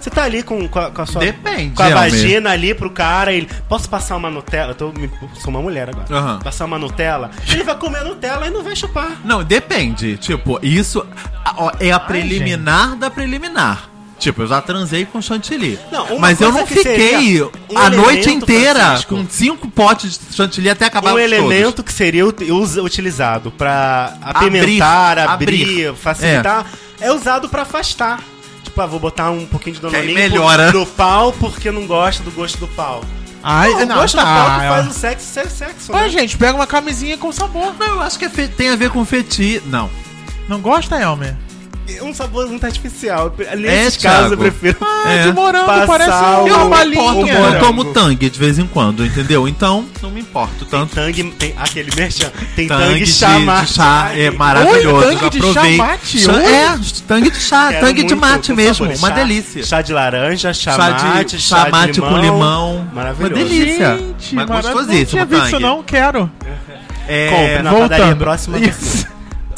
S3: Você tá ali com, com, a, com a sua.
S2: Depende,
S3: Com a
S2: Elmer.
S3: vagina ali pro cara, ele. Posso passar uma Nutella? Eu tô, me- sou uma mulher agora.
S2: Aham.
S3: Passar uma Nutella? Ele vai comer Nutella e não vai chupar.
S2: Não, depende. Tipo, isso a- ó, é a preliminar da preliminar. Tipo, eu já transei com chantilly.
S3: Não, uma
S2: mas eu
S3: coisa
S2: não
S3: que
S2: fiquei
S3: seria um
S2: a
S3: elemento,
S2: noite inteira
S3: Francisco.
S2: com cinco potes de chantilly até acabar
S3: Um
S2: os todos.
S3: elemento que seria ut- us- utilizado pra apimentar, abrir,
S2: Abrir, abrir.
S3: facilitar, é. usado pra afastar. Tipo, ah, vou botar um pouquinho de
S2: aí
S3: danoninho
S2: melhora.
S3: pro- do pau porque não gosta do gosto do pau.
S1: Ai,
S3: Não,
S1: não,
S3: o gosto do pau
S2: é.
S3: que
S1: tá.
S3: faz o sexo ser sexo.
S1: Mas,
S3: né?
S1: gente, pega uma camisinha com sabor.
S2: Não, eu acho que é fe- tem a ver com feti. Não.
S1: Não gosta, Elmer?
S3: É um sabor muito artificial.
S2: É,
S3: Nesse caso, eu
S2: Thiago.
S3: prefiro.
S1: Ah,
S2: É.
S1: de morango,
S3: Passar o-
S1: parece
S2: Eu
S1: uma
S2: não me
S1: balinha.
S2: importo,
S3: bolinha.
S2: eu tomo tangue de vez em quando, entendeu? Então, não me importo tanto.
S3: Tangue, tem aquele merchan. Tem
S2: Tangue
S3: tangue,
S2: de,
S3: chamar.
S2: de chá é maravilhoso.
S1: Oi, tangue de
S2: aprovei.
S1: chamate?
S2: Chá-
S1: Oi.
S2: é, tangue de chá, tangue de mate mesmo. Uma delícia.
S3: Chá de laranja, chá,
S2: Chá de-
S3: mate, chá,
S2: chá mate
S3: de limão.
S2: com limão.
S3: Maravilhoso.
S2: Uma delícia.
S1: Gente,
S2: Mas
S1: maravilhoso. Não
S2: gostosíssimo,
S1: tinha visto,
S2: Tang.
S1: não, quero.
S2: É,
S3: Compre na padaria
S1: voltando.
S3: próxima.
S1: Isso.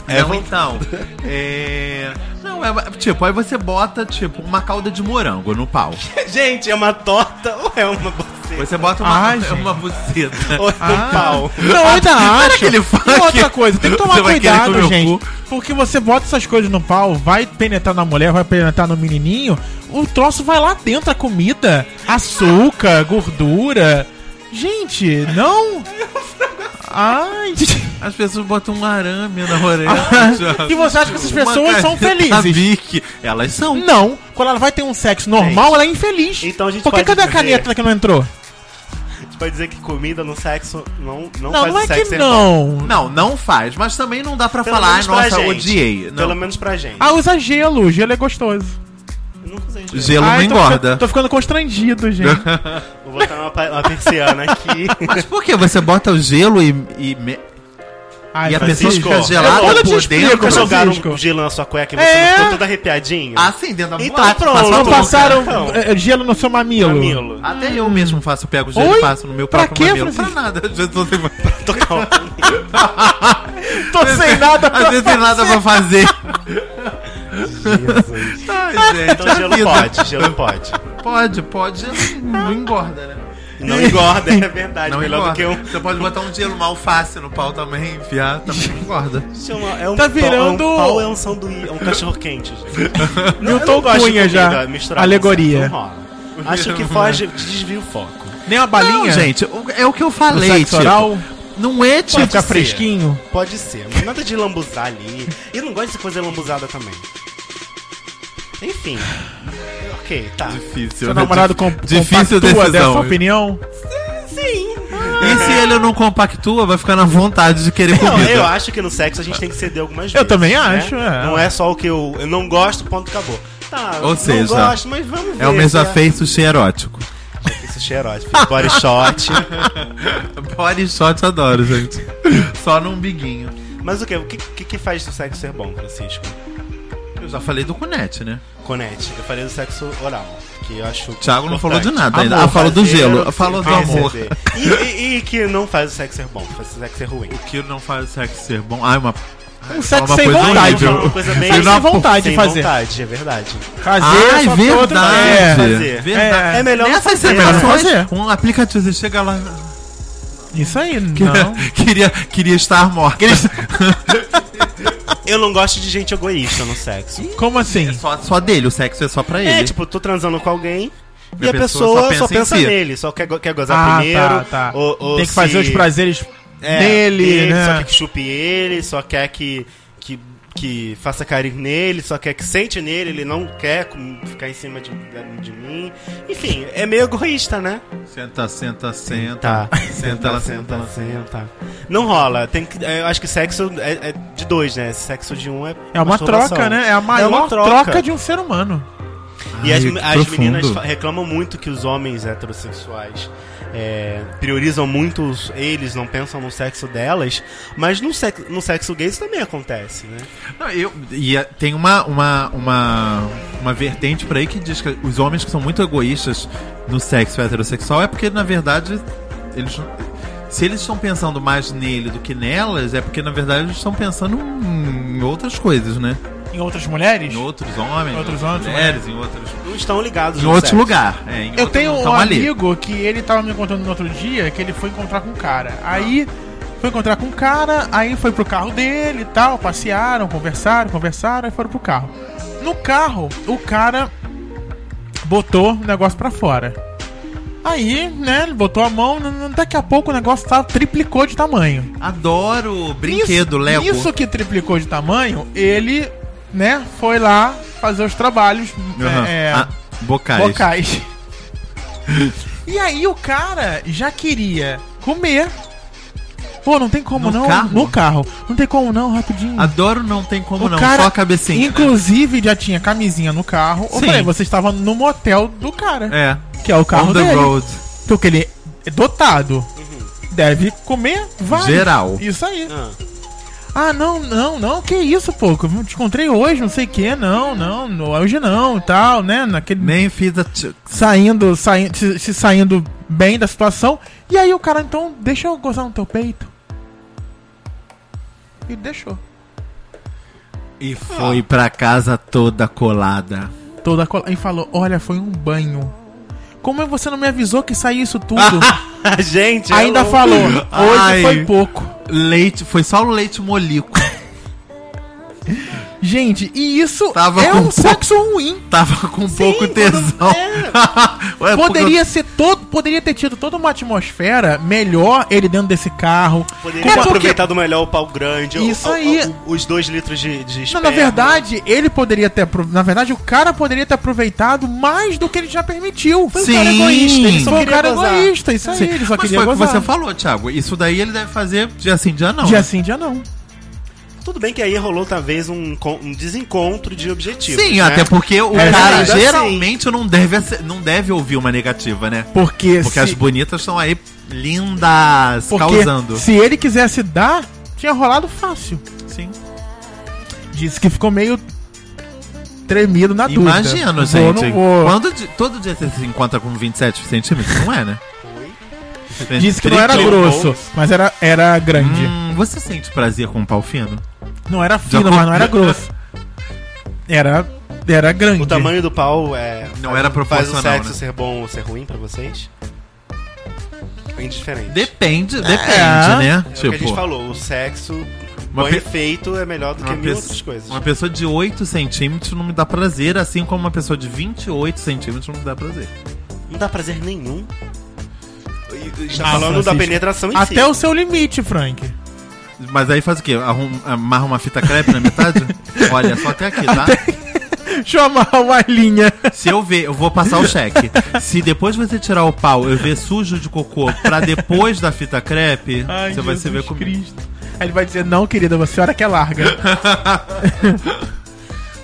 S2: É, então. É. Não, é. Tipo, aí você bota, tipo, uma calda de morango no pau.
S3: Gente, é uma torta ou é uma você?
S2: Você bota uma,
S1: Ai, gente.
S2: uma buceta.
S3: Ou no
S1: Ah.
S3: pau.
S1: Não, eu ainda acho.
S2: aquele funk.
S1: E outra coisa, tem que tomar
S2: Você vai querer comer
S1: cuidado,
S2: o
S1: gente.
S2: cu.
S1: Porque você bota essas coisas no pau, vai penetrar na mulher, vai penetrar no menininho, o troço vai lá dentro, a comida, açúcar, gordura. Gente, não... Ai,
S2: As pessoas botam um arame na orelha.
S1: Ah, e você acha que essas pessoas são felizes?
S2: Bique. Elas são.
S1: Não, quando ela vai ter um sexo normal, ela é infeliz.
S3: Então a gente
S1: Porque
S3: pode
S1: cadê a
S3: dizer-
S1: caneta que não entrou?
S3: A gente pode dizer que comida no sexo não, não,
S1: Não,
S3: faz
S1: não
S3: o
S1: é
S3: sexo
S1: que
S3: ser bom.
S1: não.
S2: Não, não faz, mas também não dá pra
S3: Pelo
S2: falar,
S3: menos pra
S2: nossa,
S3: gente.
S2: odiei. Não.
S3: Pelo menos pra gente.
S1: Ah, usa gelo, gelo é gostoso.
S3: Eu nunca usei gelo.
S2: Gelo não
S1: Ai, tô
S2: engorda.
S1: fi- Tô ficando constrangido, gente.
S3: Vou botar uma, pa- uma persiana aqui.
S2: Mas por que você bota o gelo e, e, me-
S1: Ai,
S2: e a
S1: Francisco.
S2: pessoa fica
S3: Francisco,
S1: eu
S2: gelada
S1: não te
S2: por
S1: explico,
S2: dentro?
S1: eu sou-
S3: Jogaram
S1: Francisco.
S3: um gelo na sua cueca e você
S1: É. Ah,
S3: ficou todo arrepiadinho.
S2: Acendendo a
S3: Então
S2: boate,
S3: pronto.
S2: passando
S1: Não
S2: por-
S1: passaram
S3: Então.
S1: eh, gelo no seu mamilo.
S3: Mamilo.
S1: Ah.
S2: Até eu mesmo faço, eu pego o gelo
S1: Oi?
S2: e passo no meu
S1: Pra
S2: próprio
S1: quê,
S2: mamilo.
S1: Francisco?
S2: Pra nada. Eu já tô sem-
S3: Tô calmo.
S1: Tô sem nada
S2: Às vezes tem nada pra fazer. Ai, gente,
S3: Então
S2: a
S3: gelo
S2: vida.
S3: pode, gelo pode.
S2: Pode, pode. Não engorda, né?
S3: Não engorda, é verdade.
S2: Não
S3: melhor
S2: engorda.
S3: do que um.
S2: Você pode botar um gelo, uma alface no pau também, enfiar, também não engorda.
S3: Isso é uma- é um
S1: Tá
S3: pau-
S1: virando-
S3: É um pau, é um sanduíche, é um cachorro quente, gente.
S1: Milton
S3: gosto de
S1: Cunha já.
S3: comida misturada,
S1: Alegoria.
S3: sabe? Não rola. Acho que foge, desvia o foco.
S1: Nem uma balinha.
S2: Não, gente, o- é o que eu
S1: No
S2: falei,
S1: sexo
S2: tipo,
S1: oral.
S2: Não
S1: Pra
S2: é tipo...
S1: ficar
S3: ser.
S1: fresquinho.
S3: Pode ser, mas nada de lambuzar ali. E não gosto de fazer lambuzada também. Enfim. Ok, tá.
S2: Difícil,
S1: Seu
S2: né?
S1: namorado com compactua
S2: Difícil
S1: dessa
S2: decisão.
S1: opinião.
S2: E se ele não compactua, vai ficar na vontade de querer
S3: Não,
S2: comida.
S3: eu acho que no sexo a gente tem que ceder algumas vezes.
S1: também
S3: né?
S1: acho, é.
S3: Não é só o que eu, eu não gosto, ponto, acabou. Tá,
S2: Ou
S3: não
S2: seja,
S3: gosto, mas vamos ver.
S2: É o mesmo
S3: se
S2: afeito sushi erótico.
S3: Isso cheirote, fiz body shot.
S2: Body shot eu adoro, gente. Só no umbiguinho.
S3: Mas o quê? O que, que, que faz do sexo ser bom, Francisco?
S2: Eu já falei do cunete, né?
S3: Conete, eu falei do sexo oral, que eu acho.
S2: Thiago não
S3: importante.
S2: falou de nada ainda.
S1: Amor,
S2: ah, falou do
S3: Fazer
S2: gelo.
S3: o
S2: Falou do
S3: que
S2: amor.
S3: receber. E, e- e que não faz o sexo ser bom, faz o sexo ser ruim.
S2: O que não faz o sexo ser bom? Ah, é uma.
S1: Um sexo
S2: uma
S1: sem
S2: coisa
S1: vontade.
S2: horrível.
S3: Uma coisa bem-
S1: Sexo sem vontade
S3: Sem
S1: de fazer.
S3: vontade, é verdade.
S1: Fazer
S2: Ai,
S1: só que outro-
S2: verdade.
S3: fazer.
S2: Verdade.
S1: É.
S3: É melhor não
S2: Nessas
S3: fazer.
S2: celebrações,
S1: fazer.
S2: um aplicativo, você chega lá.
S1: É, Isso aí, não.
S2: queria, queria estar morta.
S3: Eu não gosto de gente egoísta no sexo.
S1: Como assim?
S2: É Só, só dele, o sexo é só pra ele.
S3: É, tipo, tô transando com alguém e
S2: E
S3: a
S2: a
S3: pessoa só pensa,
S2: em si.
S3: nele, só quer, go- quer gozar
S1: Ah,
S3: primeiro.
S1: tá, tá.
S3: Ou, ou
S1: Tem que fazer
S3: se-
S1: os prazeres
S3: é,
S1: nele,
S3: ele Só quer
S1: né?
S3: que chupe ele, só quer que, que, que faça carinho nele, só quer que sente nele, ele não quer com- ficar em cima de, de mim. Enfim, é meio egoísta, né?
S2: Senta, senta, senta.
S3: Tá.
S2: Senta, ela senta.
S3: senta, senta. Não rola. Tem que, eu acho que sexo é, é de dois, né? Sexo de um é.
S1: É uma
S3: masturbação.
S1: troca, né? É a maior troca. de um ser humano.
S3: E as,
S2: Ai,
S3: as
S2: que profundo.
S3: meninas fa- reclamam muito que os homens heterossexuais é, priorizam muito os- eles, não pensam no sexo delas, mas no sexo, no sexo gay isso também acontece, né?
S2: Não, eu, e eh, tem uma, uma, uma, uma vertente por aí que diz que os homens que são muito egoístas no sexo heterossexual é porque, na verdade, eles. Se eles estão pensando mais nele do que nelas, é porque, na verdade, eles estão pensando em outras coisas, né?
S1: Em outras mulheres?
S2: Em outros homens, em
S1: Outros
S2: outras
S1: homens, né?
S2: mulheres, em outros.
S3: Não estão ligados
S2: Em
S3: no
S2: outro
S3: sexo.
S2: lugar. É, em
S1: Eu
S2: outro
S1: tenho
S2: não
S1: um
S2: tão ali.
S1: amigo que ele tava me contando no outro dia que ele foi encontrar com um cara. Aí foi encontrar com um cara, aí foi pro carro dele e tal, passearam, conversaram, conversaram, aí foram pro carro. No carro, o cara botou o negócio pra fora. Aí, né, ele botou a mão, n- n- daqui a pouco o negócio tá, triplicou de tamanho.
S2: Adoro brinquedo, Lego.
S1: Isso que triplicou de tamanho, ele, né, foi lá fazer os trabalhos.
S2: Aham.
S1: é,
S2: Ah, bocais.
S1: locais. e aí o cara já queria comer. Pô, não tem como
S2: No
S1: não.
S2: carro?
S1: No carro. Não tem como não, rapidinho.
S2: Adoro não tem como
S1: O
S2: não,
S1: cara,
S2: só a cabecinha.
S1: Inclusive, já tinha camisinha no carro. Eu
S2: Sim.
S1: falei, você estava no motel do cara.
S2: É.
S1: Que é o carro
S2: On the
S1: dele.
S2: road. Uhum.
S1: Porque ele é dotado. Deve comer vários.
S2: Geral.
S1: Isso aí.
S3: Ah,
S1: Ah, não, não, não, que isso, pô. Eu te encontrei hoje, não sei o que, não, não, não, hoje não, tal, né? Naquele
S2: Nem fiz a. t-
S1: saindo, saindo, se, se saindo bem da situação. E aí o cara, então, deixa eu gozar no teu peito. E deixou.
S2: E foi pra casa toda colada.
S1: Toda cola. E falou: Olha, foi um banho. Como você não me avisou que saiu isso tudo?
S3: Gente, é
S1: Ainda
S3: hello.
S1: falou, hoje
S2: Ah, é Ai.
S1: foi pouco.
S2: Leite, foi só o leite molico.
S1: Gente, e isso
S2: Tava
S1: é
S2: com
S1: um
S2: pouco.
S1: sexo ruim.
S2: Tava com um pouco
S3: quando-
S2: tesão. Ué, É, porque
S1: Poderia ser todo, poderia ter tido toda uma atmosfera melhor ele dentro desse carro. Como
S3: Poderia ter
S1: é porque-
S3: aproveitado melhor o pau grande. o-
S1: Isso
S3: o-
S1: aí.
S3: o- os dois litros de, de
S1: Não,
S3: esperma.
S1: na verdade, ele poderia ter. apro- Na verdade, o cara poderia ter aproveitado mais do que ele já permitiu. Foi
S2: Sim.
S1: um cara egoísta. Ele só
S3: Foi um
S1: queria
S3: cara
S1: gozar.
S3: egoísta,
S1: isso aí.
S2: Sim,
S1: Ele só
S2: mas
S1: queria
S2: foi o que
S1: gozar.
S2: você falou, Thiago. Isso daí ele deve fazer dia sim, dia não.
S1: Dia
S2: né?
S1: sim, dia não.
S3: Tudo bem que aí rolou talvez um, encon- um desencontro de objetivos.
S2: Sim,
S3: né?
S2: até porque o
S1: É
S2: cara
S3: verdade,
S2: geralmente não deve, ace- não deve ouvir uma negativa, né?
S1: Porque,
S2: Porque
S1: se,
S2: as bonitas estão aí lindas,
S1: porque
S2: causando.
S1: se ele quisesse dar, tinha rolado fácil.
S2: Sim.
S1: Disse que ficou meio tremido na dúvida.
S2: Imagino,
S1: Tá Vou,
S2: gente.
S1: Não vou.
S2: Quando di- todo dia você se encontra com 27 centímetros, não é, né?
S1: Disse que não era
S2: Triplicou.
S1: grosso, mas era, era grande.
S2: Hum, você sente prazer com um pau fino?
S1: Não era fino,
S2: Já-
S1: mas não era grosso. Era, era grande.
S3: O tamanho do pau é.
S2: Não
S3: Faz
S2: era
S3: o
S2: proporcional,
S3: sexo
S2: né?
S3: ser bom ou ser ruim pra vocês? É indiferente.
S2: Depende, depende,
S1: É.
S2: né?
S3: É o que a gente falou, o sexo
S2: Uma
S3: bem
S2: pe-
S3: feito é melhor do que
S2: uma
S3: mil
S2: pesso-
S3: outras coisas.
S2: Uma pessoa de 8 centímetros não me dá prazer, assim como uma pessoa de 28 centímetros não me dá prazer.
S3: Não dá prazer nenhum. E- e Está
S1: Ah,
S3: falando da
S1: Francisco.
S2: é
S3: penetração em
S1: Até
S3: si.
S1: o seu limite, Frank.
S2: Mas aí faz o quê? Arrum- amarra uma fita crepe na metade? Olha, só até aqui, tá?
S1: Deixa eu amarrar uma linha.
S2: Se eu ver, eu vou passar o cheque. Se depois você tirar o pau, eu ver sujo de cocô pra depois da fita crepe,
S1: Ai,
S2: você vai se ver
S1: Jesus
S2: comigo.
S1: Cristo. Aí ele vai dizer, não, querida, você hora que é larga.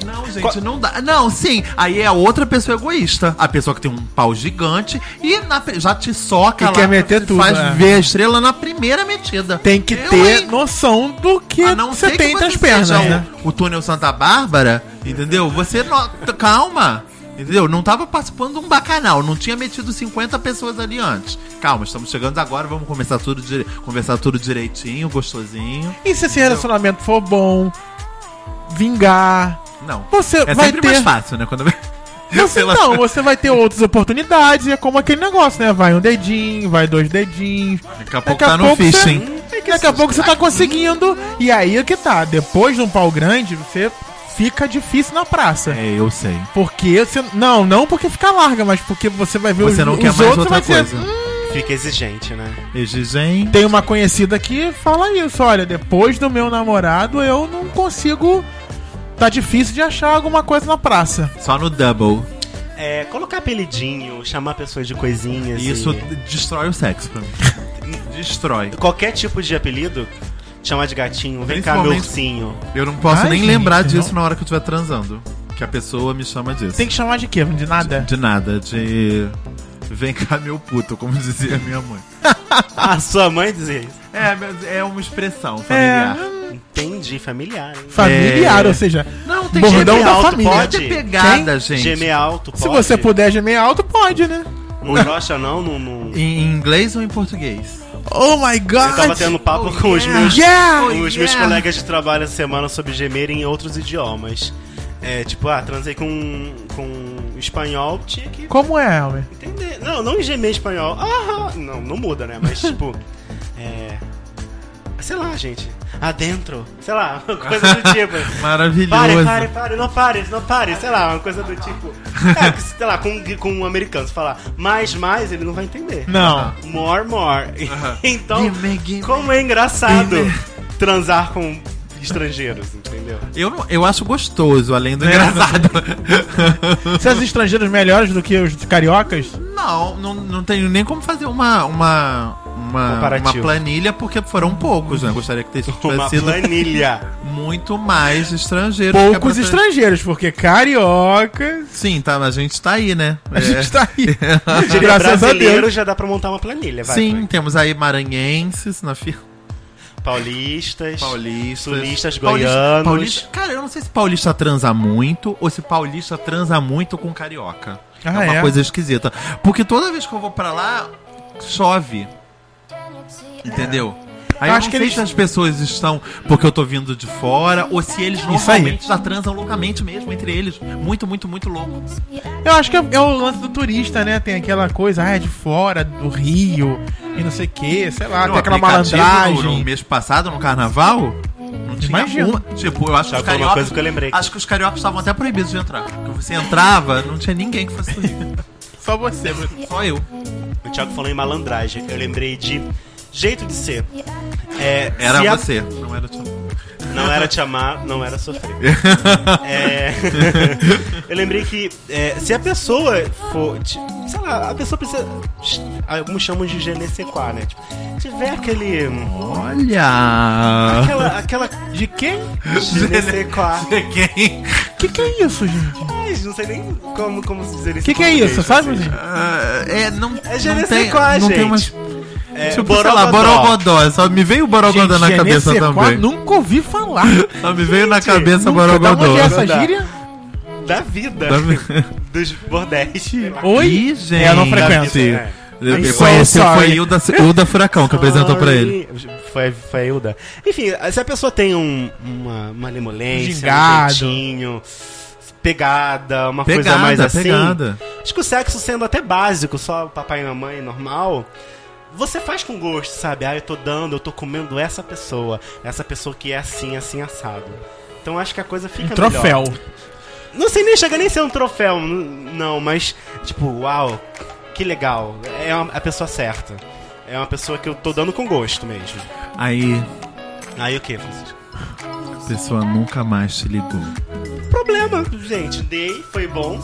S2: Não, gente, não dá. Não, sim. Aí é outra pessoa egoísta. A pessoa que tem um pau gigante e na pe- já te soca
S1: E
S2: lá.
S1: quer meter tudo,
S2: Faz
S1: é.
S2: ver a estrela na primeira metida.
S1: Tem que
S2: Eu,
S1: ter
S2: hein?
S1: noção do que
S2: A não
S1: você
S2: ser
S1: tem
S2: que
S1: entre as
S2: você
S1: pernas,
S2: seja o-
S1: né?
S2: O túnel Santa Bárbara, entendeu? Você não... t- Calma. Entendeu? Não tava participando de um bacanal, não tinha metido 50 pessoas ali antes. Calma, estamos chegando agora, vamos começar tudo dire... conversar tudo direitinho, gostosinho.
S1: E se esse relacionamento for bom, vingar,
S2: Não.
S1: você
S2: é
S1: vai
S2: sempre mais
S1: ter...
S2: fácil, né? Quando
S1: Você, não, você vai ter outras oportunidades, é como aquele negócio, né? Vai um dedinho, vai dois dedinhos.
S2: Daqui a pouco tá no
S1: você-
S2: fishing.
S1: Daqui a pouco você tá conseguindo. E aí é que tá, depois de um pau grande, você fica difícil na praça.
S2: É, eu sei.
S1: Porque você. Não, não porque fica larga, mas porque você vai ver
S2: Você
S1: os,
S2: não
S1: os
S2: quer mais
S1: outros
S2: outra
S1: vai ser,
S2: coisa.
S1: "Hum".
S3: Fica exigente, né?
S2: Exigem.
S1: Tem uma conhecida que fala isso, olha, depois do meu namorado eu não consigo. Tá difícil de achar alguma coisa na praça.
S2: Só no double.
S3: É, colocar apelidinho, chamar pessoas de coisinhas.
S2: Isso
S3: e-
S2: destrói o sexo pra mim. destrói.
S3: Qualquer tipo de apelido, chamar de gatinho, vem cá, meu
S2: Principalmente-
S3: ursinho.
S2: Eu não posso
S1: Ai,
S2: nem
S1: gente,
S2: lembrar disso
S1: não.
S2: na hora que eu estiver transando. Que a pessoa me chama disso.
S1: Tem que chamar de quê? De nada?
S2: De nada, de. Vem cá, meu puto, como dizia minha mãe.
S3: A sua mãe dizer isso.
S2: É, mas é uma expressão familiar.
S1: É, hum,
S3: Entendi, familiar. hein?
S1: Familiar,
S2: É.
S1: ou seja,
S2: Não, tem
S1: Bordão
S2: gemer
S1: da
S2: alto,
S1: família.
S2: Pode ter pegada, gente.
S3: Gemer alto,
S1: se você puder gemer alto, pode, né?
S3: Não brocha não, não... não-
S2: Em inglês ou em português?
S1: Oh my
S3: Eu tava
S1: god!
S3: tendo papo
S2: Oh,
S3: com os
S2: yeah.
S3: meus...
S1: Yeah!
S3: com
S2: Oh,
S3: os meus
S2: yeah.
S3: colegas de trabalho essa semana sobre gemer em outros idiomas. É, tipo, ah, transei com, com espanhol, tinha que
S1: Como é, Elmer?
S3: entender. Não, não gemer em espanhol. Ah, não, não muda, né? Mas, tipo, é... Sei lá, gente. Adentro. Sei lá, coisa do tipo. Pare,
S2: Maravilhoso.
S3: pare, pare, não pare, não pare, sei lá, uma coisa do tipo. É, que, sei lá, com, com um americano, se falar mais, mais, ele não vai entender.
S1: Não.
S3: More, more. Então,
S2: Gimme, gimme.
S3: como é engraçado transar com estrangeiros, entendeu?
S2: Eu, não- eu acho gostoso, além
S1: É.
S2: do engraçado.
S1: Se as estrangeiras melhores do que os cariocas?
S2: Não, não, não tenho nem como fazer uma uma, uma,
S3: Comparativo.
S2: uma planilha, porque foram poucos, né? Gostaria que tivesse
S3: Uma
S2: sido
S3: planilha.
S2: muito mais estrangeiros. que a
S1: Poucos
S2: própria-
S1: estrangeiros, porque cariocas.
S2: Sim, tá, mas a gente tá aí, né?
S1: A gente tá aí.
S2: é
S3: Diria brasileiro, já dá pra montar uma planilha, vai.
S2: Sim,
S3: vai.
S2: temos aí maranhenses na fila.
S3: Paulistas.
S2: Paulistas.
S3: Sulistas,
S2: Paulista-
S3: goianos.
S2: paulista- cara, eu não sei se paulista transa muito ou se paulista transa muito com carioca.
S1: Ah,
S2: é uma
S1: é?
S2: coisa esquisita. Porque toda vez que eu vou pra lá, chove. Entendeu? Aí eu, acho que sei eles... se as pessoas estão porque eu tô vindo de fora ou se eles normalmente já transam loucamente mesmo entre eles. Muito, muito, muito louco.
S1: Eu acho que é, é o lance do turista, né? Tem aquela coisa, ah, é de fora, do Rio, e não sei o que, sei lá,
S2: No
S1: tem aquela
S2: um aplicativo,
S1: malandragem.
S2: No, no mês passado, no carnaval, não tinha
S1: Imagina.
S2: uma. Tipo, eu acho que
S3: Já
S2: os
S3: foi é uma
S2: cariocas.
S3: coisa que eu lembrei.
S2: Acho que os cariocas estavam até proibidos de entrar. Porque você entrava, não tinha ninguém que fosse sorrir.
S1: Só você, Bruno.
S2: Só eu.
S3: O Thiago falou em malandragem. Eu lembrei de jeito de ser. É,
S2: Era
S3: se a-
S2: você, não era o Thiago.
S3: Não era te amar, não era sofrer. É, eu lembrei que é, se a pessoa for. ti- Sei lá, a pessoa precisa. ah, Alguns chamam de genesequar, né? Tipo, tiver aquele.
S2: Olha!
S3: Aquela. aquela
S1: De quem?
S3: genesequar.
S2: Quem?
S1: Que que é isso, gente?
S3: Mas não sei nem como, como se dizer isso. assim.
S1: Que que é isso, sabe, gente?
S2: Ah, é, não,
S3: É
S2: não tem,
S3: genesequar,
S2: não
S3: gente.
S2: tem umas.
S3: É,
S2: Tipo, sei lá, Borogodó. Só me veio o Borogodó na
S1: Gente, é
S2: cabeça
S1: GNC4,
S2: também.
S1: Nunca ouvi falar.
S2: Só me veio na
S3: Gente,
S2: cabeça
S1: Nunca. Da
S2: Borogodó.
S1: onde é essa
S3: Dá.
S1: gíria?
S3: Da vida.
S2: Da vi-
S3: Dos bordéis. sei lá.
S1: Oi? É,
S2: Ih, gente.
S1: eu não
S3: Da
S1: frequento.
S3: vida, é.
S2: Eu-
S1: I'm
S2: eu
S1: so
S2: conheci, foi
S1: sorry.
S2: Hilda, Hilda Furacão que apresentou pra ele.
S3: Foi, foi a Hilda. Enfim, se a pessoa tem um, uma malemolência,
S1: Gingado.
S3: um jeitinho, pegada, uma coisa
S2: Pegada,
S3: mais assim.
S2: pegada.
S3: Acho que o sexo sendo até básico, só papai e mamãe normal. Você faz com gosto, sabe? Ah, eu tô dando, eu tô comendo essa pessoa. Essa pessoa que é assim, assim, assado. Então acho que a coisa fica melhor.
S1: Troféu.
S3: Não sei nem chega nem a ser um troféu, n- não, mas tipo, uau, que legal. É uma- a pessoa certa. É uma pessoa que eu tô dando com gosto mesmo.
S2: Aí,
S3: Aí o que, Francisco?
S2: a pessoa nunca mais te ligou.
S3: Problema, gente. Dei, foi bom.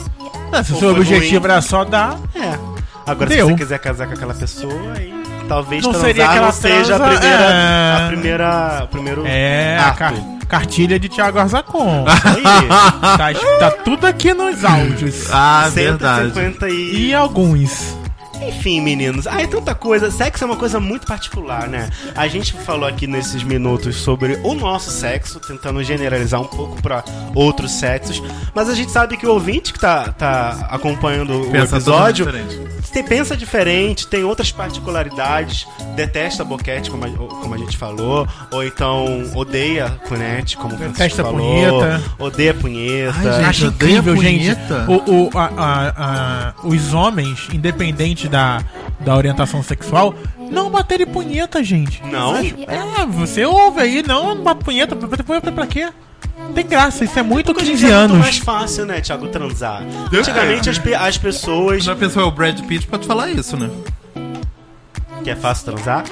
S1: Ah, Se o
S3: Pô,
S1: seu
S3: foi
S1: objetivo
S3: ruim.
S1: era só dar,
S3: É. Agora,
S1: Deu.
S3: se você quiser casar com aquela pessoa, aí talvez
S1: Não
S3: transar
S1: seria aquela
S3: não seja a
S1: transa,
S3: primeira.
S1: é.
S3: A primeira. O primeiro.
S1: é a
S3: ato.
S1: car- cartilha de Thiago Arzacon.
S3: Aí,
S1: tá, tá tudo aqui nos áudios.
S2: Ah, verdade.
S3: 150 e.
S1: E alguns.
S3: Enfim, meninos, ah, é tanta coisa. Sexo é uma coisa muito particular, né? A gente falou aqui nesses minutos sobre o nosso sexo, tentando generalizar um pouco pra outros sexos, mas a gente sabe que o ouvinte que tá, tá acompanhando o
S2: Pensa
S3: episódio
S2: totalmente diferente.
S3: se pensa diferente, tem outras particularidades, detesta boquete, como a, como a gente falou, ou então odeia cunete, como o Francisco
S1: Detesta
S3: falou,
S1: punheta.
S3: odeia punheta. é
S2: Ai, gente,
S1: Acho
S2: eu dei a
S1: incrível, gente.
S2: punheta.
S1: O, o- a- a- a- os homens, independente da, da orientação sexual, não baterem punheta, gente.
S3: Não?
S1: Acho- É, você ouve aí, não, não bate punheta, bater punheta pra quê? Não tem graça, isso é muito
S3: Hoje em
S1: 15
S3: dia É muito
S1: anos.
S3: mais fácil, né, Thiago, transar. Antigamente as, pe- as pessoas.
S2: Já pensou, é o Brad Pitt pode falar isso, né?
S3: Que é fácil transar?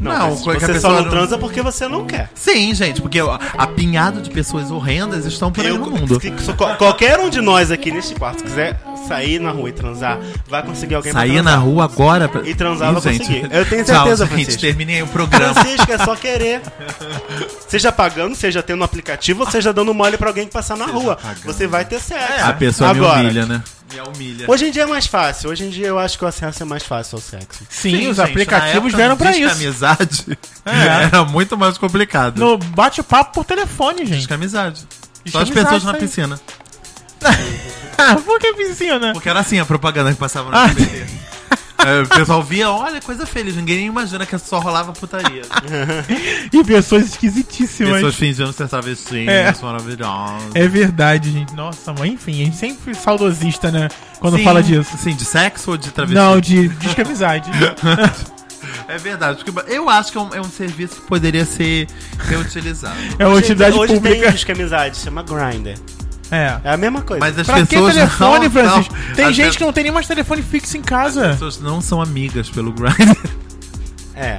S2: Não,
S3: mas
S2: que a
S3: você
S2: pessoa
S3: só não
S2: não-
S3: transa porque você não quer.
S2: Sim, gente, porque a- apinhado de pessoas horrendas estão por aí
S3: Eu-
S2: no mundo.
S3: se- se qual- qualquer um de nós aqui neste quarto, se quiser sair na rua e transar, vai conseguir alguém pra
S2: Sair
S3: transar.
S2: na rua agora pra...
S3: E transar
S2: Ih,
S3: vai
S2: gente.
S3: conseguir. Eu tenho
S2: Tchau,
S3: certeza,
S2: gente,
S3: Francisco.
S2: terminei o programa.
S3: Francisco, é só querer. Seja pagando, seja tendo um aplicativo, ou seja dando mole pra alguém que passar na rua.
S2: pagando.
S3: Você vai ter sexo.
S2: A pessoa
S3: É. Agora,
S2: me humilha, né? Me humilha.
S3: Hoje em dia é mais fácil. Hoje em dia eu acho que o acesso é mais fácil ao sexo.
S1: Sim, os
S2: gente, na
S1: aplicativos
S2: época
S1: vieram
S2: do
S1: pra
S2: Disque
S1: isso.
S2: amizade
S1: É.
S2: era muito mais complicado.
S1: No bate-papo por telefone, gente.
S2: Disque amizade.
S1: Disque
S2: Só as
S1: amizade,
S2: pessoas na
S1: isso aí.
S2: piscina.
S1: Ah, por que piscina?
S2: Porque era assim a propaganda que passava no
S1: Ah.
S2: SBT. Aí o pessoal via, olha, coisa feliz. Ninguém nem imagina que só rolava putaria.
S1: E pessoas esquisitíssimas.
S2: pessoas fingindo ser travestinhas,
S1: É.
S2: maravilhosas.
S1: É verdade, gente. Nossa, mas enfim, a gente sempre foi saudosista, né? Quando
S2: Sim,
S1: fala disso.
S2: Sim, Assim, de sexo ou de travesti?
S1: Não, de descamizade.
S2: É verdade. porque eu acho que é um, é um serviço que poderia ser reutilizado.
S1: É uma
S3: Hoje-
S1: utilidade
S3: hoje
S1: pública.
S3: tem disque amizade, chama Grindr.
S1: É.
S3: É a mesma coisa.
S2: Mas as
S1: Pra que
S2: pessoas
S1: telefone,
S2: não,
S1: Francisco?
S2: não.
S1: Tem
S2: As
S1: gente
S2: pe-
S1: que não tem nem mais telefone fixo em casa.
S2: As pessoas não são amigas pelo Grindr.
S3: É.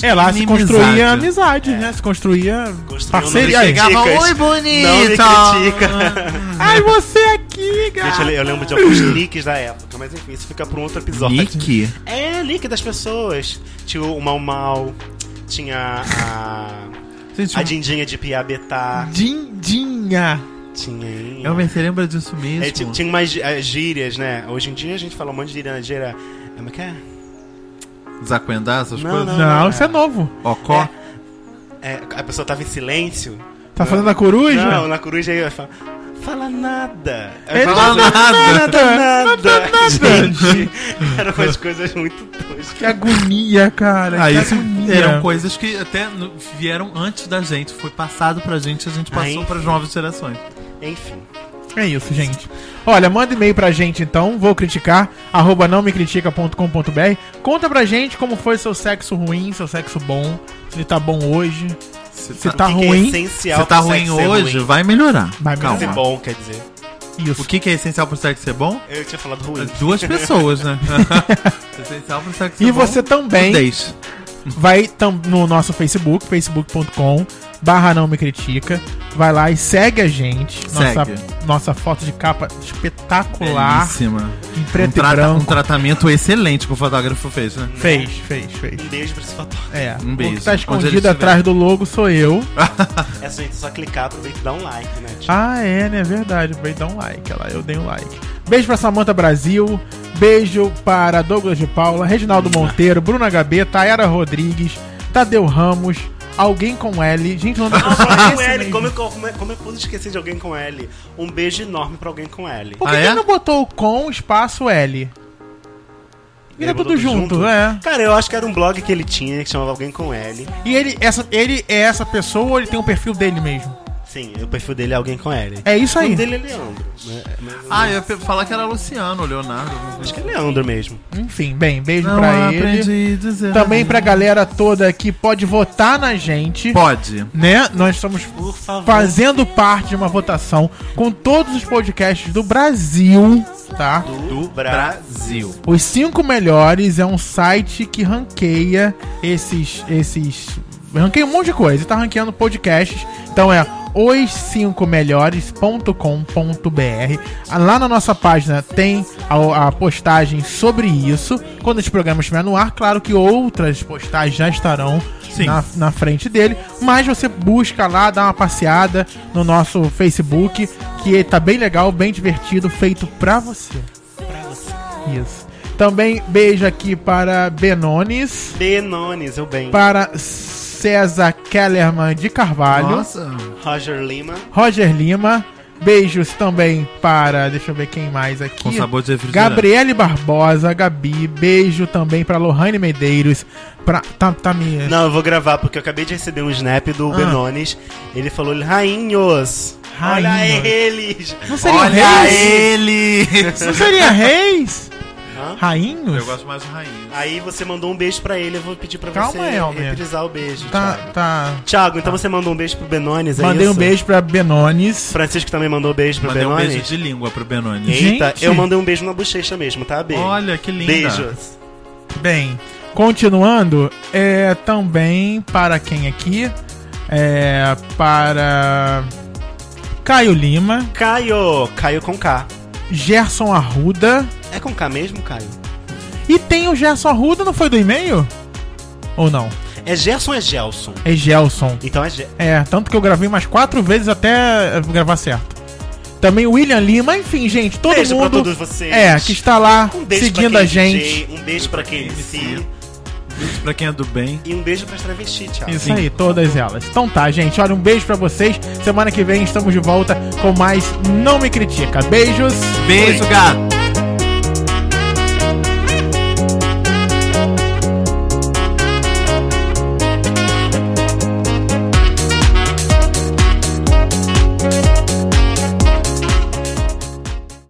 S2: É,
S1: É, lá se construía amizade, né? Se construía
S3: um
S1: parceria.
S3: não
S1: Aí,
S3: deixa-
S2: Chegava,
S3: Dicas.
S2: oi,
S3: Não me
S2: bonita!
S3: critica.
S1: Ai, você aqui,
S3: Gente,
S1: cara.
S3: eu- eu lembro de alguns nicks da época, mas enfim, isso fica pra um outro episódio.
S2: Nick?
S3: É, nick das pessoas. Tinha o Mal Mal, tinha a.
S2: Gente,
S3: A Dindinha de Piabetá,
S1: Dindinha.
S3: tinha.
S2: eu me lembro disso mesmo.
S3: É, ti- tinha umas gí- eh, gírias, né? Hoje em dia a gente fala um monte de gíria. né? Gíria. Como é que é?
S2: Zacuendar, essas
S3: Não,
S2: coisas.
S1: Não, isso é novo.
S2: Ocó.
S3: É, a pessoa tava em silêncio.
S1: Tá fazendo a coruja?
S2: é.
S3: Não, na coruja aí ela fala. Fala Bananada.
S1: Ele- tá
S2: Bananada.
S3: Bananada.
S1: Bananada.
S3: Gente, eram umas coisas muito toscas.
S1: Que
S2: tá
S1: agonia, cara.
S2: Aí
S1: que
S2: isso
S1: agonia.
S2: eram coisas que até no- vieram antes da gente, foi passado pra gente e a gente passou
S3: Aí.
S2: pras novas gerações.
S3: Enfim.
S1: É isso, gente. Olha, manda e-mail pra gente então, vou criticar, arroba não me critica.com.br. Conta pra gente como foi seu sexo ruim, seu sexo bom, se tá bom hoje, se tá
S3: o que que é
S1: ruim.
S3: essencial
S2: Se tá
S3: pro
S2: ruim
S3: sexo ser
S2: hoje,
S3: ruim?
S2: vai melhorar.
S1: Vai
S2: Calma.
S1: melhorar.
S3: Ser bom, quer dizer.
S1: Isso.
S2: O que, que é essencial pro sexo ser bom?
S3: Eu tinha falado ruim.
S2: As Duas pessoas, né? essencial pro sexo
S1: E
S2: ser bom.
S1: você também
S2: Nudez.
S1: vai tam- no nosso Facebook, facebook.com barra não me critica. Vai lá e segue a gente. Nossa,
S2: Segue.
S1: nossa foto de capa espetacular,
S2: Belíssima.
S1: em
S2: Um,
S1: preto e
S2: trata- um
S1: branco.
S2: tratamento excelente que o fotógrafo fez, né?
S1: Fez, fez, fez.
S3: Um beijo pra esse fator.
S1: É.
S2: Um beijo.
S1: O que tá
S2: Onde ele
S1: escondido
S2: estiver.
S1: atrás do logo sou eu.
S3: É só, gente, só clicar, aproveita e dá um like, né? Tipo,
S1: Ah, é, né? Verdade. Vai dar um like. Ela, eu dei um like. Beijo pra Samanta Brasil. Beijo para Douglas de Paula, Reginaldo Monteiro, Bruna HB, Tayara Rodrigues, Tadeu Ramos, Alguém com L. Gente, não dá pra falar
S3: Alguém com
S1: Ah, esse
S3: L,
S1: mesmo.
S3: como, eu- como, eu- como eu pude esquecer de alguém com L? Um beijo enorme pra alguém com L.
S1: Por que,
S2: Ah, é?
S1: que ele não botou o com espaço L? Vira
S3: Ele
S1: tudo
S3: botou
S1: junto, é.
S3: Cara, eu acho que era um blog que ele tinha que chamava alguém com L.
S1: E ele, essa, ele é essa pessoa ou ele tem o perfil dele mesmo?
S3: Sim, o perfil dele é alguém com L.
S1: É isso
S3: O nome
S1: aí.
S3: dele é Leandro. né? Mas-
S2: Ah, eu ia pe- falar que era Luciano, Leonardo.
S3: Acho que é Leandro mesmo.
S1: Enfim, bem, beijo
S2: Não
S1: pra
S2: aprendi
S1: ele.
S2: a dizer.
S1: Também pra galera toda que pode votar na gente.
S2: Pode.
S1: né? Nós estamos
S3: Por favor.
S1: fazendo parte de uma votação com todos os podcasts do Brasil, tá?
S3: Do
S2: Brasil.
S1: Os cinco melhores é um site que ranqueia esses esses ranqueia um monte de coisa, e tá ranqueando podcasts. Então é os 5 melhores.com.br. Lá na nossa página tem a, a postagem sobre isso. Quando esse programa estiver no ar, claro que outras postagens já estarão
S2: Sim.
S1: na, na frente dele. Mas você busca lá, dá uma passeada no nosso Facebook, que tá bem legal, bem divertido, feito pra você.
S3: Pra você.
S1: Isso. Também beijo aqui para Benones,
S3: Benones, eu bem.
S1: para César Kellerman de Carvalho,
S2: Nossa.
S3: Roger Lima.
S1: Roger Lima. Beijos também para, deixa eu ver quem mais aqui.
S2: Com sabor de refrigerante.
S1: Gabriele Barbosa, Gabi. Beijo também para Lohane Medeiros, para tá, tá me
S3: Não, eu vou gravar porque eu acabei de receber um snap do
S1: Ah.
S3: Benones. Ele falou: Rainhos! Olha
S1: Rainhos.
S3: eles!
S1: Não seria
S2: Olha
S1: Reis?
S2: ele!
S1: Não seria Reis?
S3: Hã?
S2: Eu
S1: Rainhos?
S2: gosto mais de rainha.
S3: Aí você mandou um beijo pra ele, eu vou pedir pra
S1: Calma
S3: você
S1: aí, Almir.
S3: reprisar o beijo.
S1: Tá,
S3: Thiago.
S1: tá.
S3: Thiago, então você mandou um beijo pro Benones, é
S1: Mandei um
S3: isso?
S1: beijo para Benones.
S3: Francisco também mandou beijo pro
S2: Mandei um
S3: Benones.
S2: beijo de língua pro Benoni.
S1: Gente.
S3: Eita, eu mandei um beijo na bochecha mesmo, tá, Bê?
S2: Olha que linda.
S3: Beijos.
S1: Bem, continuando, é também para quem aqui? É para Caio Lima,
S3: Caio! Caio com K.
S1: Gerson Arruda.
S3: É com K mesmo, Caio?
S1: E tem o Gerson Arruda, não foi do e-mail? Ou não?
S3: É Gerson ou é Gelson?
S1: É Gelson.
S3: Então é Ge
S1: É, tanto que eu gravei umas quatro vezes até gravar certo. Também William Lima, enfim, gente, todo
S3: Beijo
S1: mundo
S3: pra todos vocês.
S1: é que está lá
S3: Um beijo
S1: seguindo
S3: pra
S1: a
S3: quem é
S1: gente.
S3: DJ, um beijo pra quem é MC.
S2: Pra quem é do bem.
S3: E um beijo pra travesti, Thiago.
S1: Isso aí, todas elas. Então tá, gente. Olha, um beijo pra vocês. Semana que vem estamos de volta com mais Não Me Critica. Beijos.
S2: Beijo, gato!